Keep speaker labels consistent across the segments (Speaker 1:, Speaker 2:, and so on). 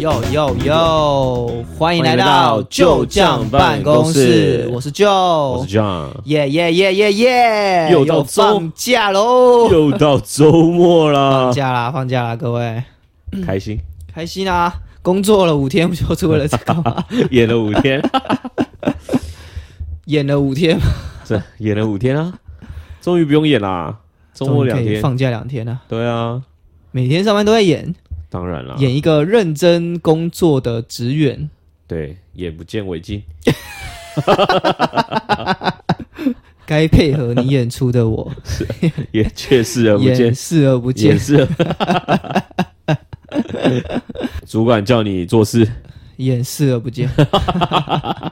Speaker 1: 哟哟哟！欢迎来
Speaker 2: 欢迎来
Speaker 1: 到
Speaker 2: 到
Speaker 1: 旧将办公
Speaker 2: 旧将办公
Speaker 1: 室
Speaker 2: 室，
Speaker 1: 我是
Speaker 2: 我
Speaker 1: Joe
Speaker 2: 是。John，
Speaker 1: 耶耶耶耶耶！
Speaker 2: 又到周
Speaker 1: 放假喽！
Speaker 2: 又到周末啦
Speaker 1: 放，假啦，放假啦，各位
Speaker 2: 开心，
Speaker 1: 开心啊！工作了五天，不就是为了这个 吗？
Speaker 2: 演了五 天，
Speaker 1: 演了五天，
Speaker 2: 这演了五天啊，终于不用演啦，周末两
Speaker 1: 终于可以
Speaker 2: 天，
Speaker 1: 放假两天啊！
Speaker 2: 对啊，
Speaker 1: 每天上班都在演，
Speaker 2: 当然啦，
Speaker 1: 演一个认真工作的职员。
Speaker 2: 对，眼不见为净，
Speaker 1: 该配合你演出的 我，
Speaker 2: 也却视而不
Speaker 1: 演
Speaker 2: 见，
Speaker 1: 视而不
Speaker 2: 也
Speaker 1: 见，
Speaker 2: 是，主管叫你做事，
Speaker 1: 演视而不见。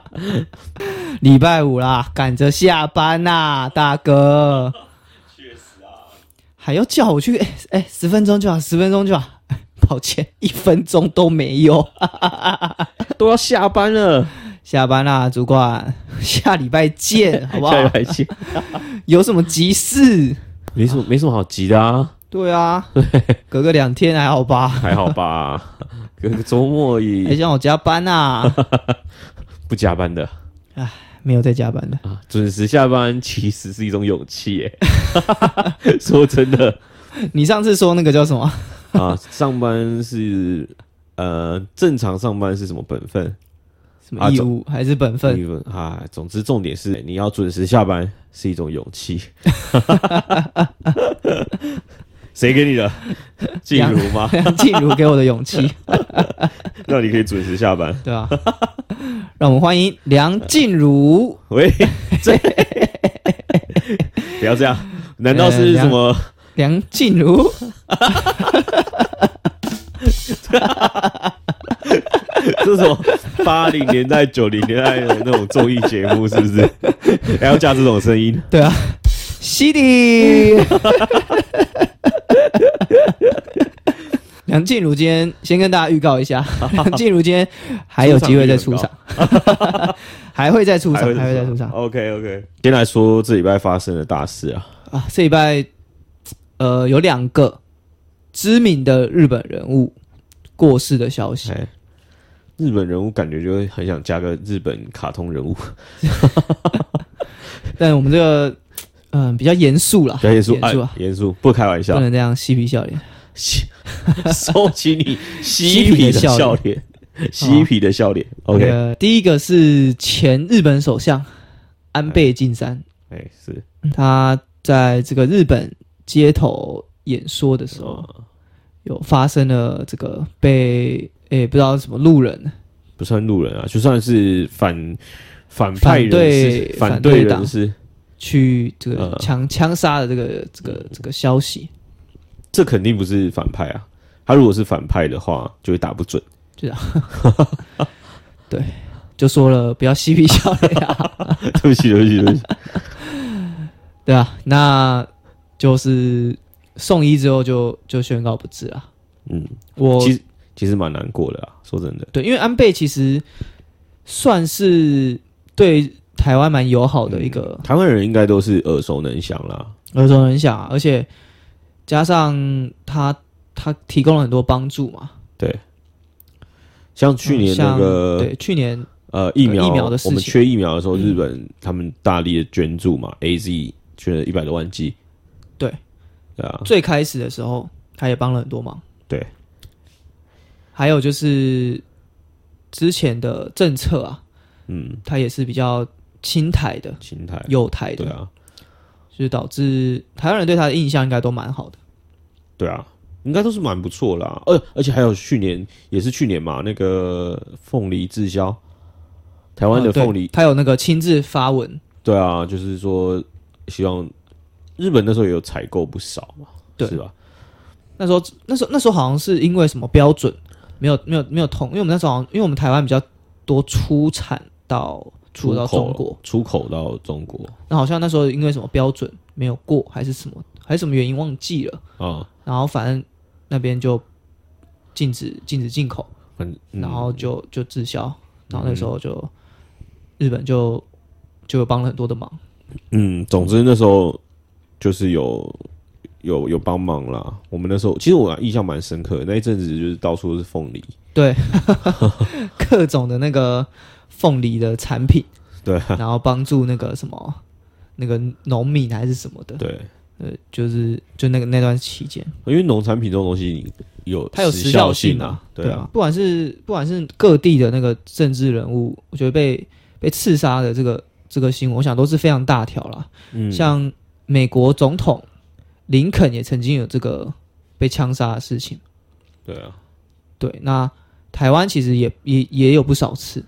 Speaker 1: 礼拜五啦，赶着下班呐、大哥。确实啊，还要叫我去？哎、哎，十分钟就好，十分钟就好。 抱歉，一分钟都没有。
Speaker 2: 都要下班了，
Speaker 1: 下班啦、主管，下礼拜 见，好不好
Speaker 2: 下？礼拜见，
Speaker 1: 有什么急事？
Speaker 2: 没什么没什么好急的啊，
Speaker 1: 对啊，隔个两天还好吧？
Speaker 2: 还好 吧，隔个周末
Speaker 1: 还
Speaker 2: 也
Speaker 1: 想我加班呐、
Speaker 2: 不加班的。
Speaker 1: 没有在加班的，
Speaker 2: 啊，准时下班其实是一种勇气耶。说真的
Speaker 1: 你上次说那个叫什么？
Speaker 2: 啊，上班是呃正常上班是什么本分？
Speaker 1: 什
Speaker 2: 啊
Speaker 1: 么义务、还是本分？
Speaker 2: 一份啊，总之重点是你要准时下班是一种勇气。谁给你的？静茹吗？
Speaker 1: 静茹给我的勇气，
Speaker 2: 让你可以准时下班。
Speaker 1: 对吧、 让我们欢迎梁静茹。
Speaker 2: 喂，这 不要这样，难道
Speaker 1: 呃
Speaker 2: 是
Speaker 1: 梁
Speaker 2: 什么？
Speaker 1: 梁静茹，
Speaker 2: 这种八零年代、九零年代的那种综艺节目，是不是？ 还要加这种声音？
Speaker 1: 对啊，西迪。 梁静茹今天先跟大家预告一下，梁静茹今天还有机会再出场， 还会再出场，还会再出场
Speaker 2: OK OK，先来说这礼拜发生的大事啊，
Speaker 1: 啊！这礼拜呃有两个知名的日本人物过世的消息，
Speaker 2: 哎，日本人物感觉就会很想加个日本卡通人物，
Speaker 1: 啊但我们这个嗯、比较严肃啦，
Speaker 2: 比 较严肃，
Speaker 1: 严肃啊
Speaker 2: 哎，严肃，不开玩
Speaker 1: 不
Speaker 2: 笑，
Speaker 1: 能这样嬉皮笑脸。
Speaker 2: 嬉 收起 你嬉
Speaker 1: 嬉
Speaker 2: 皮
Speaker 1: 皮的
Speaker 2: 的
Speaker 1: 笑
Speaker 2: 笑脸，嬉皮的笑脸，OK，
Speaker 1: 呃第一个是前日本首相安倍晋三，
Speaker 2: 哎是，
Speaker 1: 他在这个日本街头演说的时候，
Speaker 2: 哦，
Speaker 1: 有发生了这个被诶、不知道什么路人
Speaker 2: 不算路人啊，就算是反反派
Speaker 1: 反
Speaker 2: 人
Speaker 1: 对
Speaker 2: 士，反
Speaker 1: 反对
Speaker 2: 对
Speaker 1: 党
Speaker 2: 人士，
Speaker 1: 去这个
Speaker 2: 嗯
Speaker 1: 枪枪杀的这个这个这个消息，
Speaker 2: 这肯定不是反派啊。他如果是反派的话，就会打不准。
Speaker 1: 就说了不要嬉皮笑脸 啊，
Speaker 2: 对不起，对不起，对不起。
Speaker 1: 对啊，那就是送医之后就就宣告不治啊了。
Speaker 2: 嗯，
Speaker 1: 我
Speaker 2: 其实其实蛮难过的啊。说真的，
Speaker 1: 对，因为安倍其实算是对台湾蛮友好的一个
Speaker 2: 台湾人应该都是耳熟能详啦。
Speaker 1: 耳熟能详啊，而且加上他他提供了很多帮助嘛，嗯
Speaker 2: 像去年那
Speaker 1: 像
Speaker 2: 个
Speaker 1: 对去年
Speaker 2: 呃疫苗，
Speaker 1: 疫苗的事情嗯
Speaker 2: 我们缺疫苗的时候，日本他们大力的捐助嘛，A Z 捐了一百多万剂。
Speaker 1: 对，
Speaker 2: 对啊，
Speaker 1: 最开始的时候他也帮了很多忙，
Speaker 2: 对，
Speaker 1: 还有就是之前的政策啊，
Speaker 2: 嗯，
Speaker 1: 他也是比较亲台的、
Speaker 2: 心态
Speaker 1: 右台
Speaker 2: 对
Speaker 1: 的，
Speaker 2: 啊，
Speaker 1: 就是导致台湾人对他的印象应该都蛮好的。
Speaker 2: 对啊，应该都是蛮不错啦。而而且还有去年也是去年嘛，那个凤梨滞销，台湾的
Speaker 1: 嗯对
Speaker 2: 凤梨
Speaker 1: 他有那个亲自发文，
Speaker 2: 对啊，就是说希望日本那时候也有采购不少嘛，
Speaker 1: 对
Speaker 2: 是吧？
Speaker 1: 那时候那时候那时候好像是因为什么标准没有没有没有通，因为我们那时候好像因为我们台湾比较多出产到出口
Speaker 2: 出
Speaker 1: 到中国
Speaker 2: 口，出口到中国
Speaker 1: 那好像那时候因为什么标准没有过还是什么还是什么原因忘记了，
Speaker 2: 啊，
Speaker 1: 然后反正那边就禁止禁止进口，
Speaker 2: 反正嗯
Speaker 1: 然后就就滞销，然后那时候就、日本就就帮了很多的忙，
Speaker 2: 嗯，总之那时候就是有有有帮忙啦。我们那时候其实我印象蛮深刻的，那一阵子就是到处都是凤梨，
Speaker 1: 对， 各种的那个凤梨的产品，
Speaker 2: 对啊
Speaker 1: 然后帮助那个什么那个农民还是什么的，
Speaker 2: 对，
Speaker 1: 呃，就是就那个那段期间，
Speaker 2: 因为农产品这种东西你有
Speaker 1: 它有
Speaker 2: 时
Speaker 1: 时
Speaker 2: 效
Speaker 1: 效
Speaker 2: 性
Speaker 1: 啊，
Speaker 2: 对
Speaker 1: 啊，，不管是不管是各地的那个政治人物，我觉得被被刺杀的这个这个新闻，我想都是非常大条啦。
Speaker 2: 嗯，
Speaker 1: 像美国总统林肯也曾经有这个被枪杀的事情。
Speaker 2: 对啊，
Speaker 1: 对，那台湾其实也也也有不少次，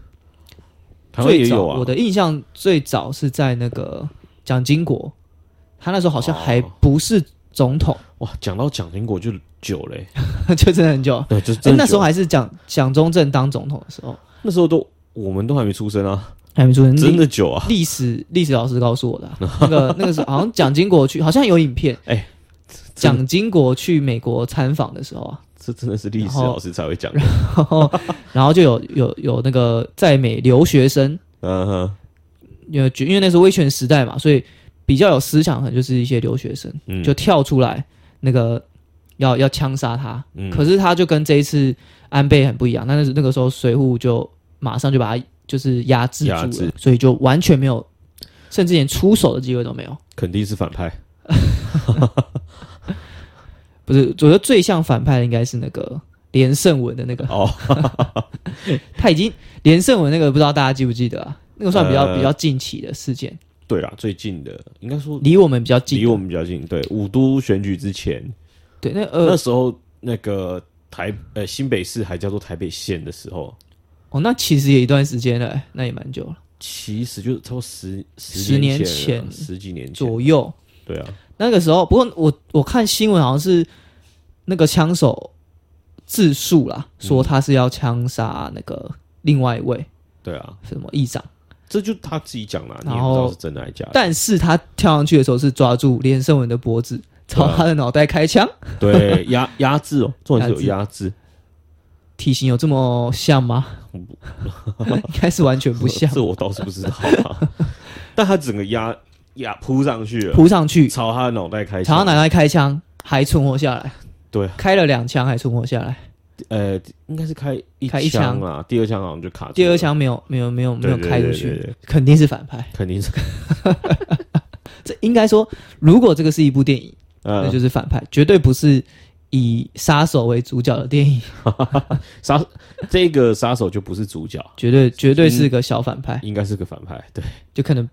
Speaker 2: 台湾也
Speaker 1: 最早
Speaker 2: 有啊
Speaker 1: 我，的印象最早是在那个蒋经国，他那时候好像还
Speaker 2: 哦
Speaker 1: 不是总统，
Speaker 2: 哇，讲到蒋经国就久嘞，
Speaker 1: 就真的很久。哎
Speaker 2: 对，就是真的
Speaker 1: 那时候
Speaker 2: 久啊
Speaker 1: 还是蒋蒋中正当总统的时候，
Speaker 2: 那时候都我们都还没出生啊，
Speaker 1: 还没出生。
Speaker 2: 真
Speaker 1: 历
Speaker 2: 的久啊，
Speaker 1: 历史历史老师告诉我的 啊、那个那个时候好像蒋经国去，好像有影片。
Speaker 2: 哎 真的
Speaker 1: 蒋经国去美国参访的时候啊，
Speaker 2: 这真的是历史
Speaker 1: 然后
Speaker 2: 老师才会讲的，
Speaker 1: 然后然后就有有有那个在美留学生，
Speaker 2: 嗯哼，
Speaker 1: 因为因为那时候威权时代嘛，所以比较有思想，可能就是一些留学生
Speaker 2: 嗯
Speaker 1: 就跳出来那个要要枪杀他，
Speaker 2: 嗯
Speaker 1: 可是他就跟这一次安倍很不一样，那那时那个时候随扈就马上就把他就是压制
Speaker 2: 压
Speaker 1: 住
Speaker 2: 制
Speaker 1: 了，所以就完全没有，甚至连出手的机会都没有。
Speaker 2: 肯定是反派，
Speaker 1: 不是，我觉得最像反派的应该是那个连胜文的那个
Speaker 2: 哦，
Speaker 1: 他已经连胜文那个不知道大家记不记得啊？那个算比较、
Speaker 2: 呃
Speaker 1: 比较近期的事件，
Speaker 2: 对啦，最近的应该说
Speaker 1: 离我们比较近的。
Speaker 2: 离我们比较近，对，五都选举之前，
Speaker 1: 对，那
Speaker 2: 那
Speaker 1: 呃，
Speaker 2: 时候那个台呃新北市还叫做台北县的时候，
Speaker 1: 哦，那其实也一段时间了、欸那也蛮久了，
Speaker 2: 其实就差不多十
Speaker 1: 十年
Speaker 2: 年
Speaker 1: 前
Speaker 2: 了十几年前，
Speaker 1: 左右。
Speaker 2: 对啊，
Speaker 1: 那个时候，不过我我看新闻好像是那个枪手自述啦，
Speaker 2: 嗯
Speaker 1: 说他是要枪杀那个另外一位
Speaker 2: 对啊，
Speaker 1: 什么议长，
Speaker 2: 这就他自己讲啦，你也
Speaker 1: 然
Speaker 2: 不知道
Speaker 1: 后
Speaker 2: 是真的还是假的，
Speaker 1: 但是他跳上去的时候是抓住连胜文的脖子，朝
Speaker 2: 对啊
Speaker 1: 他的脑袋开枪。
Speaker 2: 对压压制哦，重点是有压制，
Speaker 1: 体型有这么像 吗？应该是完全不像，
Speaker 2: 这我倒是不知道 啊，但他整个压压扑上去了，
Speaker 1: 扑上去
Speaker 2: 朝他的脑袋开枪，
Speaker 1: 朝他奶奶开枪，还存活下来。
Speaker 2: 对啊，
Speaker 1: 开了两枪还存活下来，
Speaker 2: 呃，应该是开一
Speaker 1: 开一
Speaker 2: 枪啊，第二枪好像就卡住了，
Speaker 1: 第二枪没有没有没有没
Speaker 2: 对
Speaker 1: 有开出，
Speaker 2: 对对对
Speaker 1: 去，
Speaker 2: 对
Speaker 1: 肯定是反派。
Speaker 2: 肯定是，
Speaker 1: 这应该说，如果这个是一部电影，
Speaker 2: 呃
Speaker 1: 那，就是反派，绝对不是以杀手为主角的电影，
Speaker 2: 杀这个杀手就不是主角，
Speaker 1: 绝对绝对是个小反派，
Speaker 2: 应该是个反派，对，
Speaker 1: 就可能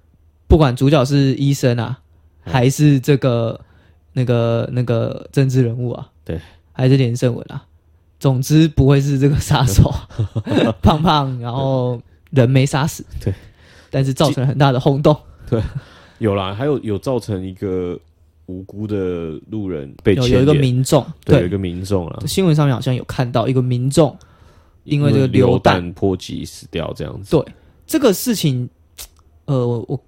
Speaker 1: 不管主角是医生啊，
Speaker 2: 嗯
Speaker 1: 还是这个那个那个政治人物啊，
Speaker 2: 对，
Speaker 1: 还是连胜文啊，总之不会是这个杀 手，胖胖，然后人没杀死，
Speaker 2: 对，
Speaker 1: 但是造成了很大的轰动，
Speaker 2: 有啦，还有有造成一个无辜的路人被
Speaker 1: 有
Speaker 2: 牵
Speaker 1: 有一个
Speaker 2: 连
Speaker 1: 民众
Speaker 2: 对有一个民众啊啦，
Speaker 1: 新闻上面好像有看到一个民众，因为这个
Speaker 2: 流
Speaker 1: 流弹
Speaker 2: 弹波及死掉这样子，
Speaker 1: 对这个事情，呃，我我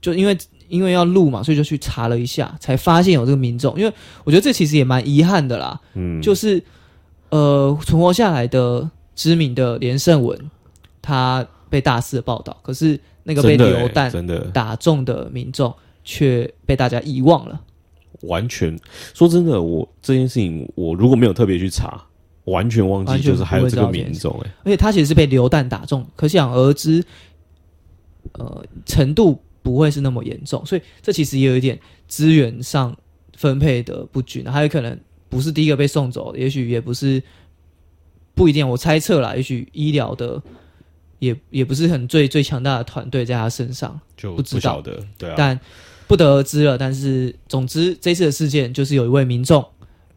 Speaker 1: 就因为因为要录嘛，所以就去查了一下，才发现有这个民众。因为我觉得这其实也蛮遗憾的啦，
Speaker 2: 嗯，
Speaker 1: 就是呃，存活下来的知名的连胜文，他被大肆的报道，可是那个被
Speaker 2: 真的欸
Speaker 1: 流弹
Speaker 2: 真的
Speaker 1: 打中的民众却被大家遗忘了。
Speaker 2: 完全说真的，我这件事情我如果没有特别去查，完全忘
Speaker 1: 完
Speaker 2: 记
Speaker 1: 全
Speaker 2: 就是还有这个民众哎、
Speaker 1: 而且他其实是被流弹打中，可想而知，呃，程度不会是那么严重，所以这其实也有一点资源上分配的不均，还有可能不是第一个被送走的，也许也不是不一定，我猜测啦，也许医疗的也也不是很最最强大的团队在他身上，
Speaker 2: 欸就
Speaker 1: 不知道
Speaker 2: 晓得对啊，
Speaker 1: 但不得而知了。但是总之，这次的事件就是有一位民众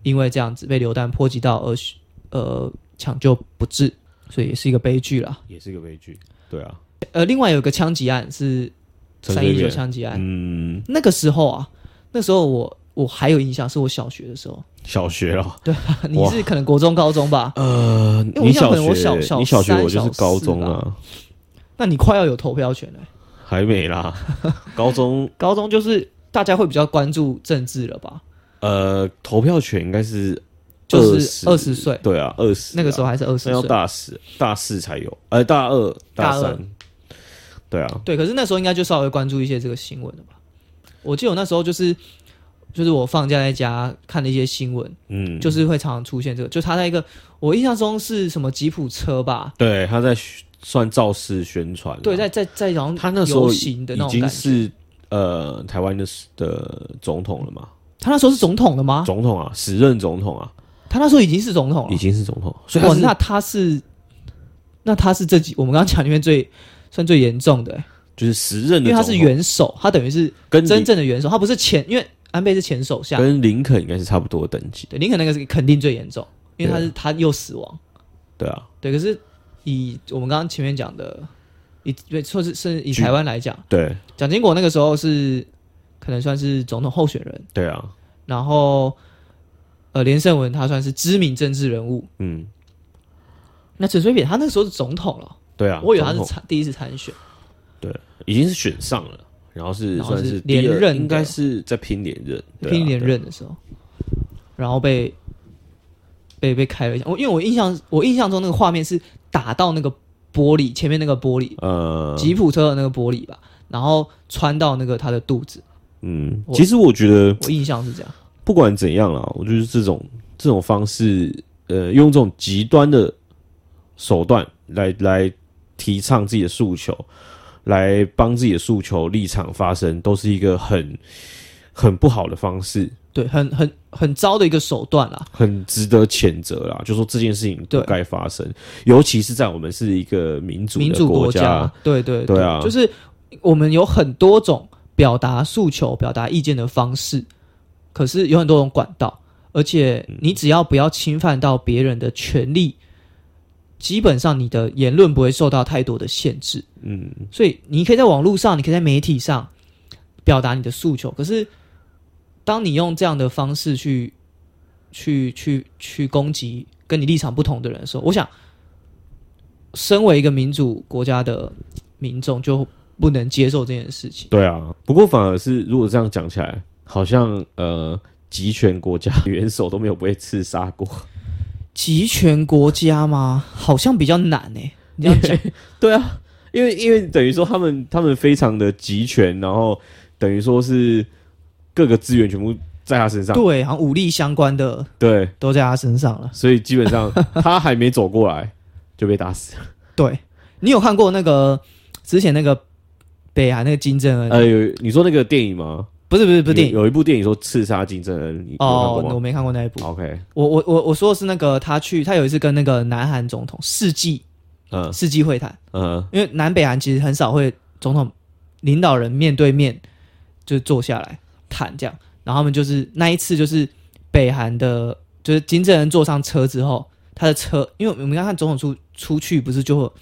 Speaker 1: 因为这样子被流弹波及到而需呃抢救不治，所以也是一个悲剧啦。
Speaker 2: 也是个悲剧，对啊，
Speaker 1: 呃，另外有个枪击案是
Speaker 2: 陈
Speaker 1: 三
Speaker 2: 水
Speaker 1: 一九
Speaker 2: 扁
Speaker 1: 枪击案，
Speaker 2: 嗯，
Speaker 1: 那个时候啊，那时候我我还有印象，是我小学的时候，
Speaker 2: 小学了，
Speaker 1: 你是可能国中、高中吧？
Speaker 2: 呃，
Speaker 1: 因为我
Speaker 2: 你
Speaker 1: 印象
Speaker 2: 小
Speaker 1: 可能
Speaker 2: 学
Speaker 1: 我小小
Speaker 2: 你小学
Speaker 1: 三
Speaker 2: 我就是
Speaker 1: 小四
Speaker 2: 高中
Speaker 1: 吧
Speaker 2: 啊，
Speaker 1: 那你快要有投票权了。
Speaker 2: 还 没啦，高中
Speaker 1: 高中就是大家会比较关注政治了吧？
Speaker 2: 呃投票权应该是
Speaker 1: 就是
Speaker 2: 二
Speaker 1: 20岁
Speaker 2: 对啊，二十
Speaker 1: 那个时候还是二十
Speaker 2: 那要
Speaker 1: 岁，
Speaker 2: 大四大四才有，呃大二
Speaker 1: 大二
Speaker 2: 三，对啊，
Speaker 1: 对，可是那时候应该就稍微关注一些这个新闻了吧？我记得我那时候就是就是我放假在家看的一些新闻，
Speaker 2: 嗯，
Speaker 1: 就是会常常出现这个，就他在一个我印象中是什么吉普车吧，
Speaker 2: 对，他在算造势宣传啊，
Speaker 1: 对，在在在好像
Speaker 2: 他那时
Speaker 1: 嗯
Speaker 2: 候
Speaker 1: 游
Speaker 2: 已
Speaker 1: 行的那
Speaker 2: 已
Speaker 1: 种
Speaker 2: 经
Speaker 1: 感觉。
Speaker 2: 是呃台湾的的总统了嘛，
Speaker 1: 他那时候是总统的吗？
Speaker 2: 总统啊，时任总统啊，
Speaker 1: 他那时候已经是总统了
Speaker 2: 已。经是总统，所以
Speaker 1: 哇
Speaker 2: 他，是
Speaker 1: 那他是，那他是这几我们刚刚讲里面最算最严重的、欸
Speaker 2: 就是时任
Speaker 1: 因
Speaker 2: 的
Speaker 1: 为
Speaker 2: 总
Speaker 1: 他
Speaker 2: 统，
Speaker 1: 是元首，他等于是
Speaker 2: 跟
Speaker 1: 真
Speaker 2: 林
Speaker 1: 正的元首，他不是前，因为安倍是前首相，
Speaker 2: 跟林肯应该是差不多的等级，
Speaker 1: 对，林肯那个是肯定最严重，因为他是他又死亡，
Speaker 2: 对啊，
Speaker 1: 对，可是以我们刚刚前面讲的，以对，说是是以台湾来讲，
Speaker 2: 对
Speaker 1: 蒋经国那个时候是可能算是总统候选人，
Speaker 2: 对啊，
Speaker 1: 然后呃连胜文他算是知名政治人物，
Speaker 2: 嗯，
Speaker 1: 那陈水扁他那个时候是总统了，
Speaker 2: 对啊，
Speaker 1: 我以为他是
Speaker 2: 总统
Speaker 1: 参第一次参选。
Speaker 2: 已经是选上了，然后是
Speaker 1: 然后
Speaker 2: 算
Speaker 1: 是
Speaker 2: 是第二
Speaker 1: 连任的
Speaker 2: 应该是在拼连任，对啊
Speaker 1: 拼连，
Speaker 2: 对
Speaker 1: 任的时候，然后被被被开了一枪。我因为我印象我印象中那个画面是打到那个玻璃前面那个玻璃，
Speaker 2: 呃，
Speaker 1: 吉普车的那个玻璃吧，然后穿到那个他的肚子。
Speaker 2: 嗯，
Speaker 1: 我
Speaker 2: 其实我觉得
Speaker 1: 我印象是这样，
Speaker 2: 不管怎样啦，我就是这种这种方式，呃，用这种极端的手段来来提倡自己的诉求，来帮自己的诉求立场发声，都是一个很很不好的方式，
Speaker 1: 对，很很很糟的一个手段啦。
Speaker 2: 很值得谴责啦。就说这件事情不
Speaker 1: 对
Speaker 2: 该发生，尤其是在我们是一个民主的
Speaker 1: 民主
Speaker 2: 国
Speaker 1: 家，对对
Speaker 2: 对啊
Speaker 1: 就是我们有很多种表达诉求、表达意见的方式，可是有很多种管道，而且
Speaker 2: 嗯
Speaker 1: 你只要不要侵犯到别人的权利，基本上你的言论不会受到太多的限制。
Speaker 2: 嗯，
Speaker 1: 所以你可以在网络上，你可以在媒体上表达你的诉求，可是当你用这样的方式去去去去攻击跟你立场不同的人的时候，我想，身为一个民主国家的民众就不能接受这件事情。
Speaker 2: 对啊，不过反而是如果这样讲起来，好像呃。集权国家 元首都没有被刺杀过，
Speaker 1: 集权国家吗？好像比较难诶、你要 讲
Speaker 2: 对啊，因为因为等于说他们他们非常的集权，然后等于说是各个资源全部在他身上，
Speaker 1: 对，好像武力相关的
Speaker 2: 对，
Speaker 1: 都在他身上了。
Speaker 2: 所以基本上 他还没走过来就被打死了。
Speaker 1: 对你有看过那个之前那个北韩那个金正恩？
Speaker 2: 呃，有你说那个电影吗？
Speaker 1: 不是不是不是电影
Speaker 2: 有有一部电影说刺杀金正恩，你有看
Speaker 1: 哦
Speaker 2: 过，
Speaker 1: 我
Speaker 2: 吗、
Speaker 1: 没看过那一部。
Speaker 2: o k
Speaker 1: 我我我我说的是那个他去，他有一次跟那个南韩总统世纪
Speaker 2: 嗯
Speaker 1: 世纪会谈，
Speaker 2: 嗯
Speaker 1: 因为南北韩其实很少会总统领导人面对面就坐下来谈这样，然后他们就是那一次就是北韩的，就是金正恩坐上车之后，他的车，因为我们刚看总统出出去不是就会有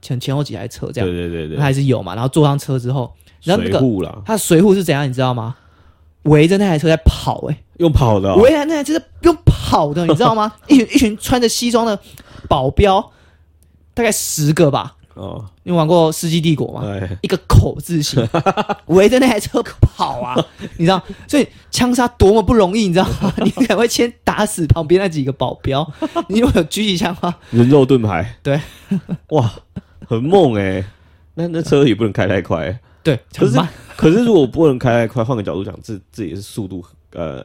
Speaker 1: 前前后几台车这
Speaker 2: 对
Speaker 1: 样，
Speaker 2: 对对对，
Speaker 1: 他还是有嘛，然后坐上车之后，然后那
Speaker 2: 水
Speaker 1: 个
Speaker 2: 户啦，
Speaker 1: 他的随扈是怎样，你知道吗？围着那台车在跑、欸，
Speaker 2: 又跑了哦、
Speaker 1: 围栏那台车是用跑 的，你知道吗？一群一群穿着西装的保镖，大概十个吧。
Speaker 2: 哦，
Speaker 1: 你玩过《世纪帝国》吗？
Speaker 2: 哎，
Speaker 1: 一个口字 形围着那台车跑啊，你知道？所以枪杀多么不容易，你知道吗？ 你可能会先打死旁边那几个保 镖，你如果有狙击枪的话，
Speaker 2: 人肉盾牌，
Speaker 1: 对，
Speaker 2: 哇，很猛哎、那那车也不能开太快、
Speaker 1: 对，
Speaker 2: 可
Speaker 1: 很
Speaker 2: 是
Speaker 1: 慢。
Speaker 2: 可是如果不能开太快，换个角度讲，这这也是速度，呃，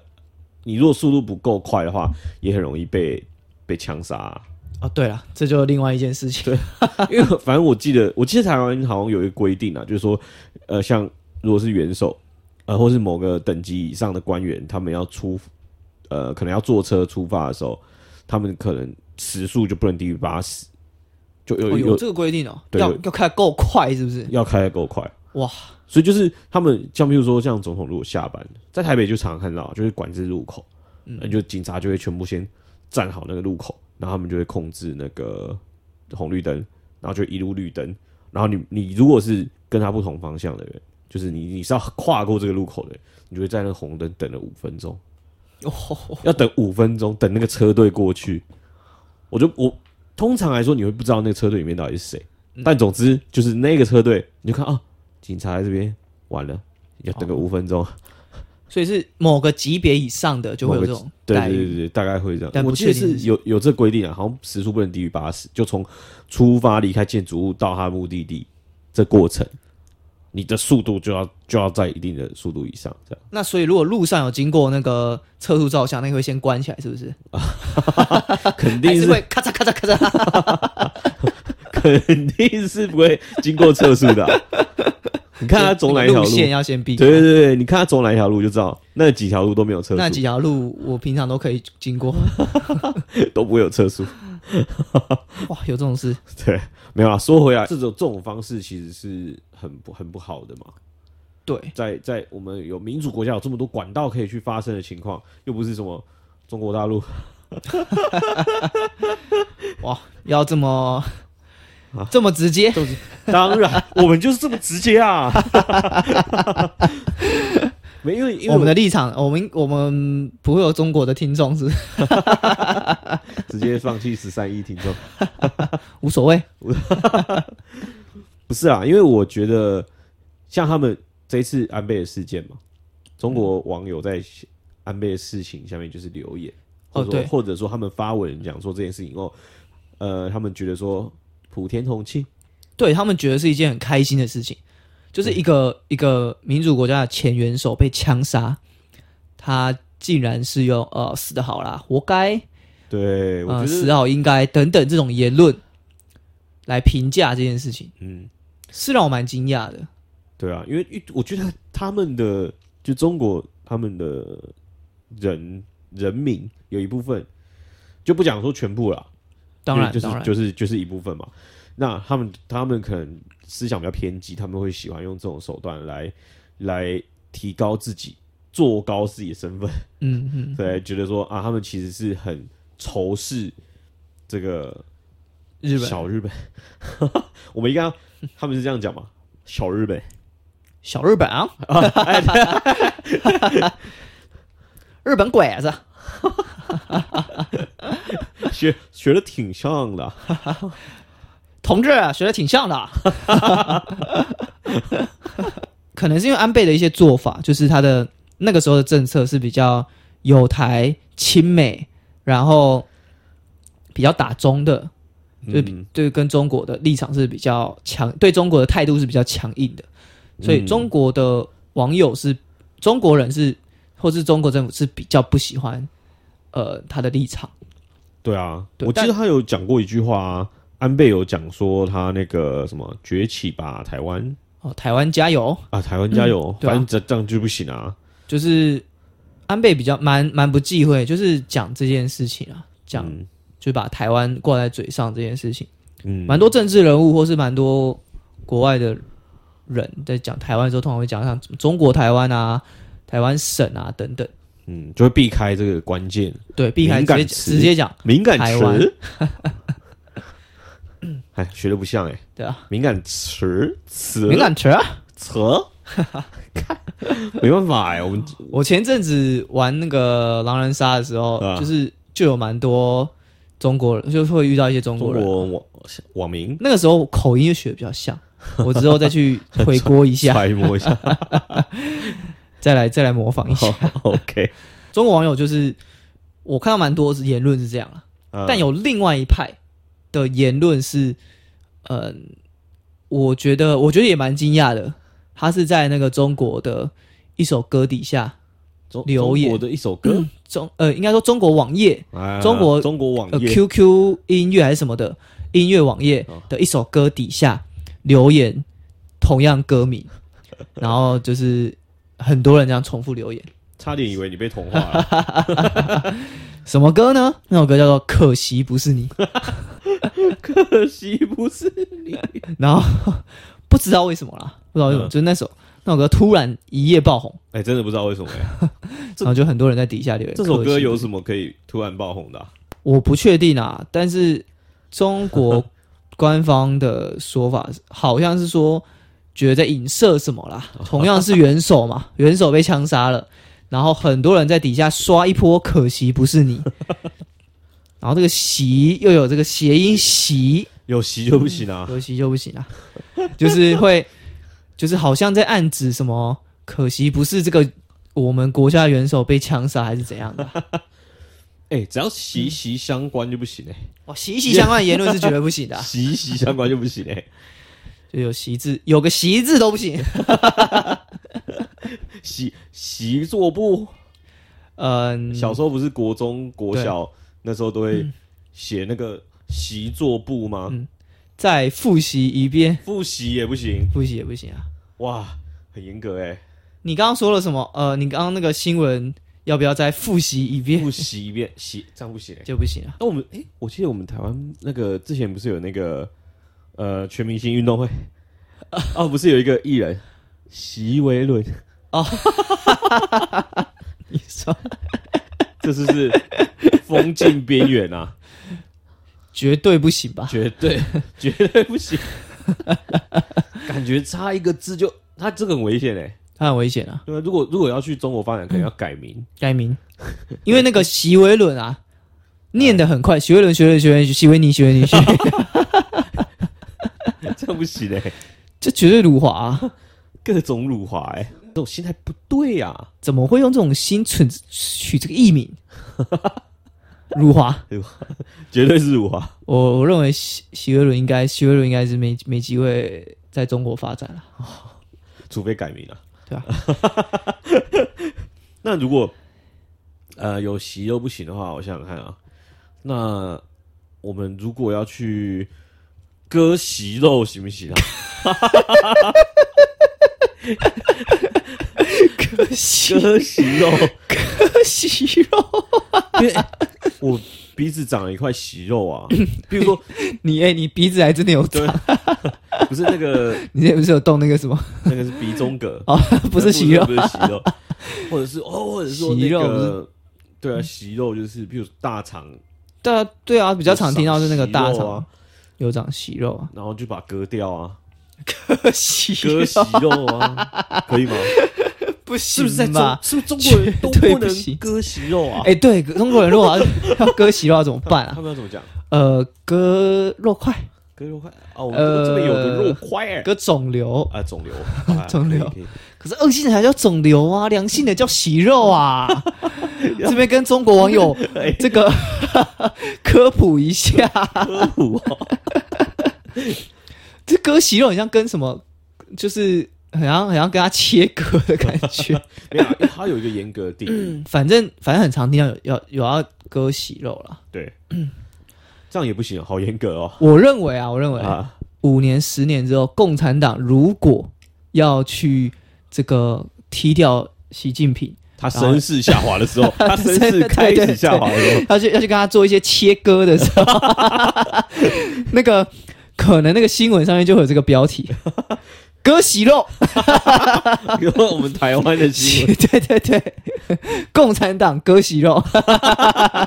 Speaker 2: 你如果速度不够快的话，也很容易被被枪 杀啊、
Speaker 1: 哦，对了，这就是另外一件事情。
Speaker 2: 因为反正我记得，我记得台湾好像有一个规定啊，就是说，呃，像如果是元首，呃，或是某个等级以上的官员，他们要出，呃，可能要坐车出发的时候，他们可能时速就不能低于八十，就有
Speaker 1: 哦，有
Speaker 2: 有
Speaker 1: 这个规定哦，
Speaker 2: 对
Speaker 1: 要
Speaker 2: 有
Speaker 1: 要开得够快，是不是？
Speaker 2: 要开得够快。
Speaker 1: 哇，
Speaker 2: 所以就是他们像譬如说，像总统如果下班，在台北就常常看到，就是管制路口，嗯，就警察就会全部先站好那个路口，然后他们就会控制那个红绿灯，然后就一路绿灯，然后你你如果是跟他不同方向的人，就是你你是要跨过这个路口的人，你就会在那个红灯等了五分钟，
Speaker 1: 哦，
Speaker 2: 要等五分钟，等那个车队过去，我就我通常来说你会不知道那个车队里面到底是谁，
Speaker 1: 嗯
Speaker 2: 但总之就是那个车队，你就看啊，警察在这边完了，要等个五分
Speaker 1: 哦
Speaker 2: 钟，
Speaker 1: 所以是某个级别以上的就会有这种
Speaker 2: 对
Speaker 1: 待
Speaker 2: 对
Speaker 1: 遇。
Speaker 2: 对对对，大概会这
Speaker 1: 但
Speaker 2: 样。
Speaker 1: 不
Speaker 2: 我记得
Speaker 1: 确定
Speaker 2: 是有有这规定啊，好像时速不能低于八十，就从出发离开建筑物到他目的地这过程，你的速度就要就要在一定的速度以上，这样
Speaker 1: 那所以如果路上有经过那个测速照相，那个会先关起来，是不是？
Speaker 2: 肯
Speaker 1: 啊还
Speaker 2: 定
Speaker 1: 会咔嚓咔嚓咔嚓？
Speaker 2: 肯定是不会经过测速 的啊、你看他走哪一条
Speaker 1: 路
Speaker 2: 路？啊
Speaker 1: 线要先避
Speaker 2: 对
Speaker 1: 开。
Speaker 2: 对对，你看他走哪一条路就知道，那几条路都没有测
Speaker 1: 那
Speaker 2: 速
Speaker 1: 几，条路我平常都可以经 过。
Speaker 2: 都不会有测速。
Speaker 1: 哇，有这种事？
Speaker 2: 对，没有啊。说回来，这种这种方式其实是很不很不好的嘛。
Speaker 1: 对，
Speaker 2: 在在我们有民主国家有这么多管道可以去发生的情况，又不是什么中国大陆，
Speaker 1: 哇，要这 么、
Speaker 2: 啊
Speaker 1: 这么直接？
Speaker 2: 当然我们就是这么直接 啊。没，因为因为
Speaker 1: 我们的立场，我们我们不会有中国的听众是不 是
Speaker 2: 直接放弃十三亿听众。
Speaker 1: 无所谓。
Speaker 2: 不是啊，因为我觉得像他们这一次安倍的事件嘛，中国网友在安倍的事情下面就是留言，
Speaker 1: 哦
Speaker 2: 或者说、
Speaker 1: 对
Speaker 2: 或者说他们发文讲说这件事情哦，呃，他们觉得说普天同庆，
Speaker 1: 对他们觉得是一件很开心的事情，就是一个、
Speaker 2: 嗯
Speaker 1: 一个民主国家的前元首被枪杀，他竟然是用呃死的好啦，活该，
Speaker 2: 对我觉
Speaker 1: 呃
Speaker 2: 得、
Speaker 1: 死得好应该等等这种言论来评价这件事情，
Speaker 2: 嗯，
Speaker 1: 是让我蛮惊讶的。
Speaker 2: 对啊，因为因为我觉得他们的就中国他们的人人民有一部分就不讲说全部啦，
Speaker 1: 当然，
Speaker 2: 因为就
Speaker 1: 当然，
Speaker 2: 是就是就是一部分嘛。那他们他们可能思想比较偏激，他们会喜欢用这种手段来来提高自己，做高自己的身份，
Speaker 1: 嗯嗯，
Speaker 2: 对，觉得说啊，他们其实是很仇视这个
Speaker 1: 日本
Speaker 2: 小日本。 我们应该要他们是这样讲嘛，小日本，
Speaker 1: 小日本 啊，日本鬼子，
Speaker 2: 学学的挺像的啊，
Speaker 1: 同志学的挺像的啊、可能是因为安倍的一些做法，就是他的那个时候的政策是比较有台亲美，然后比较打中的，就比
Speaker 2: 嗯
Speaker 1: 对跟中国的立场是比较强，对中国的态度是比较强硬的，所以
Speaker 2: 嗯
Speaker 1: 中国的网友是中国人是，或是中国政府是比较不喜欢呃他的立场。
Speaker 2: 对啊，
Speaker 1: 对
Speaker 2: 我记
Speaker 1: 但
Speaker 2: 得他有讲过一句话、啊，安倍有讲说他那个什么崛起吧，台湾
Speaker 1: 哦，台湾加油！
Speaker 2: 啊，台湾加油，
Speaker 1: 对啊
Speaker 2: 反正这这样就不行啊。
Speaker 1: 就是安倍比较蛮蛮不忌讳，就是讲这件事情啊，讲、
Speaker 2: 嗯
Speaker 1: 就把台湾挂在嘴上这件事情，
Speaker 2: 嗯，
Speaker 1: 蛮多政治人物或是蛮多国外的人在讲台湾的时候，通常会讲像什么中国台湾啊、台湾省啊等等，
Speaker 2: 嗯，就会避开这个关键
Speaker 1: 对，避开
Speaker 2: 敏
Speaker 1: 直
Speaker 2: 感
Speaker 1: 接
Speaker 2: 词
Speaker 1: 直接讲，
Speaker 2: 敏感
Speaker 1: 台湾
Speaker 2: 词。 哎，学的不像哎、
Speaker 1: 对啊，
Speaker 2: 敏感词词
Speaker 1: 敏感词啊。
Speaker 2: 词，看没办法哎、我们
Speaker 1: 我前阵子玩那个狼人杀的时候，
Speaker 2: 啊
Speaker 1: 就是就有蛮多中国人，就会遇到一些中
Speaker 2: 中
Speaker 1: 国人。
Speaker 2: 国网网民
Speaker 1: 那个时候口音就学的比较像，我之后再 去回锅一下，
Speaker 2: 揣摩一下
Speaker 1: 再来再来模 仿一
Speaker 2: 哦
Speaker 1: 下。
Speaker 2: ，OK，
Speaker 1: 中国网友就是我看到蛮多言论是这样啊，
Speaker 2: 啊
Speaker 1: 但有另外一派的言论是，嗯、我觉得我觉得也蛮惊讶的，他是在那个中国的一首歌底下，
Speaker 2: 中
Speaker 1: 留言
Speaker 2: 中国的一首歌，
Speaker 1: 中呃应该说中国网页
Speaker 2: 啊
Speaker 1: 中国
Speaker 2: 中国网
Speaker 1: 呃
Speaker 2: 页
Speaker 1: QQ 音乐还是什么的音乐网页的一首歌底下留言同样歌名， 然后就是很多人这样重复留言。
Speaker 2: 差点以为你被同化 了，
Speaker 1: 什么歌呢？那首歌叫做《可惜不是你》，
Speaker 2: 可惜不是你。
Speaker 1: 然后不知道为什么啦，不知道为什么，
Speaker 2: 嗯
Speaker 1: 就是那首那首歌突然一夜爆红，
Speaker 2: 哎、真的不知道为什么哎、这
Speaker 1: 然后就很多人在底下留言。
Speaker 2: 这首歌有
Speaker 1: 么？
Speaker 2: 什么可以突然爆红的啊、
Speaker 1: 我不确定啊，但是中国官方的说法是好像是说，觉得在影射什么啦？同样是元首嘛， 元首被枪杀了，然后很多人在底下刷一波，可惜不是你。 然后这个“习”又有这个谐音“习”，
Speaker 2: 有席就不行啊，
Speaker 1: 可惜就不行啊，就是会，就是好像在暗指什么，可惜不是这个我们国家元首被枪杀还是怎样的啊、
Speaker 2: 哎、只要息息相关就不行哎、
Speaker 1: 哦哇，息息相关的言论是绝对不行的啊、
Speaker 2: 息息相关就不行哎、
Speaker 1: 就有席字，有个席字都不行。
Speaker 2: 习习作簿，
Speaker 1: 嗯，
Speaker 2: 小时候不是国中、国小那时候都会写那个习作簿吗？
Speaker 1: 再复习一遍，
Speaker 2: 复习也不行，
Speaker 1: 复习也不行啊。
Speaker 2: 哇，很严格哎、
Speaker 1: 你刚刚说了什么？呃，你刚刚那个新闻要不要再复习一遍
Speaker 2: 复习一遍，习这样不行哎、
Speaker 1: 就不行啊？
Speaker 2: 那我们哎、我记得我们台湾那个之前不是有那个呃全明星运动会，哦，不是有一个艺人席维伦，哦
Speaker 1: 你说
Speaker 2: 这是不是封禁边缘啊？
Speaker 1: 绝对不行吧？
Speaker 2: 绝对绝对不 行，感觉差一个字就他这个很危险哎、
Speaker 1: 它很危险啊，
Speaker 2: 对啊，如果如果要去中国发展，可能要改 名。
Speaker 1: 该名，因为那个席维伦啊，念得很快，席维伦，学伦，学伦，席维尼，席维尼， 学
Speaker 2: 这样不行嘞、
Speaker 1: 这绝对辱华、啊，
Speaker 2: 各种辱华哎、这种心态不对呀、啊，
Speaker 1: 怎么会用这种心存取这个艺名？ 辱华，
Speaker 2: 绝对是辱华。
Speaker 1: 我我认为席席维伦应该，席维伦应该是没没机会在中国发展了。啊
Speaker 2: 除非改名啊。
Speaker 1: 对啊。
Speaker 2: 那如果呃有席又不行的话，我想想看啊，那我们如果要去割席肉行 不行啊？
Speaker 1: 可惜，
Speaker 2: 割席肉，
Speaker 1: 可惜肉，
Speaker 2: 因为哎我鼻子长了一块息肉啊，比如说
Speaker 1: 你哎、你鼻子还真的有长，
Speaker 2: 对，不是那个
Speaker 1: 你之前不是有动那个什么？
Speaker 2: 那个是鼻中隔，
Speaker 1: 哦，不是息肉
Speaker 2: 不，是息 肉，或者是哦，或者是说那
Speaker 1: 息肉不
Speaker 2: 个
Speaker 1: 是
Speaker 2: 对啊，息肉就是比如大肠
Speaker 1: 对啊，对啊，比较常听到是那个大
Speaker 2: 有长息肉
Speaker 1: 肠
Speaker 2: 啊
Speaker 1: 有长息肉 啊，
Speaker 2: 然后就把它割掉啊，
Speaker 1: 可惜
Speaker 2: 割息肉 啊，可以吗？
Speaker 1: 不
Speaker 2: 是不是在
Speaker 1: 行
Speaker 2: 中
Speaker 1: 吧？？
Speaker 2: 是不是中国人都不
Speaker 1: 绝对不
Speaker 2: 能
Speaker 1: 行
Speaker 2: 割息肉啊？
Speaker 1: 哎、对，中国人如果要 要割息肉要怎么办啊
Speaker 2: 他？们要怎么讲？
Speaker 1: 呃，割肉块，
Speaker 2: 割肉块哦，我们这边有个肉块哎
Speaker 1: 呃割肿瘤，
Speaker 2: 啊，肿瘤，啊
Speaker 1: 肿瘤
Speaker 2: 可以可以
Speaker 1: 可是恶性的才叫肿瘤啊，良性的叫息肉 啊。这边跟中国网友
Speaker 2: 哎
Speaker 1: 这 个科普一下，
Speaker 2: 科普哦，
Speaker 1: 这割息肉很像跟什么，就是很像很像跟他切割的感觉。
Speaker 2: 没有啊，它有一个严格的 定义，
Speaker 1: 反正反正很常听到有有有要割息肉啦。
Speaker 2: 对，这样也不行，好严格哦
Speaker 1: 我认为啊，我认为
Speaker 2: 啊，
Speaker 1: 五年、十年之后，共产党如果要去这个踢掉习近平，
Speaker 2: 他身世下滑的时 候，他身世开
Speaker 1: 对对
Speaker 2: 始
Speaker 1: 对
Speaker 2: 下滑的时候，
Speaker 1: 要去要去跟他做一些切割的时候， 那个可能那个新闻上面就会有这个标题：割席肉。
Speaker 2: 比 如说我们台湾的 新闻，
Speaker 1: 对对对，共产党割席肉，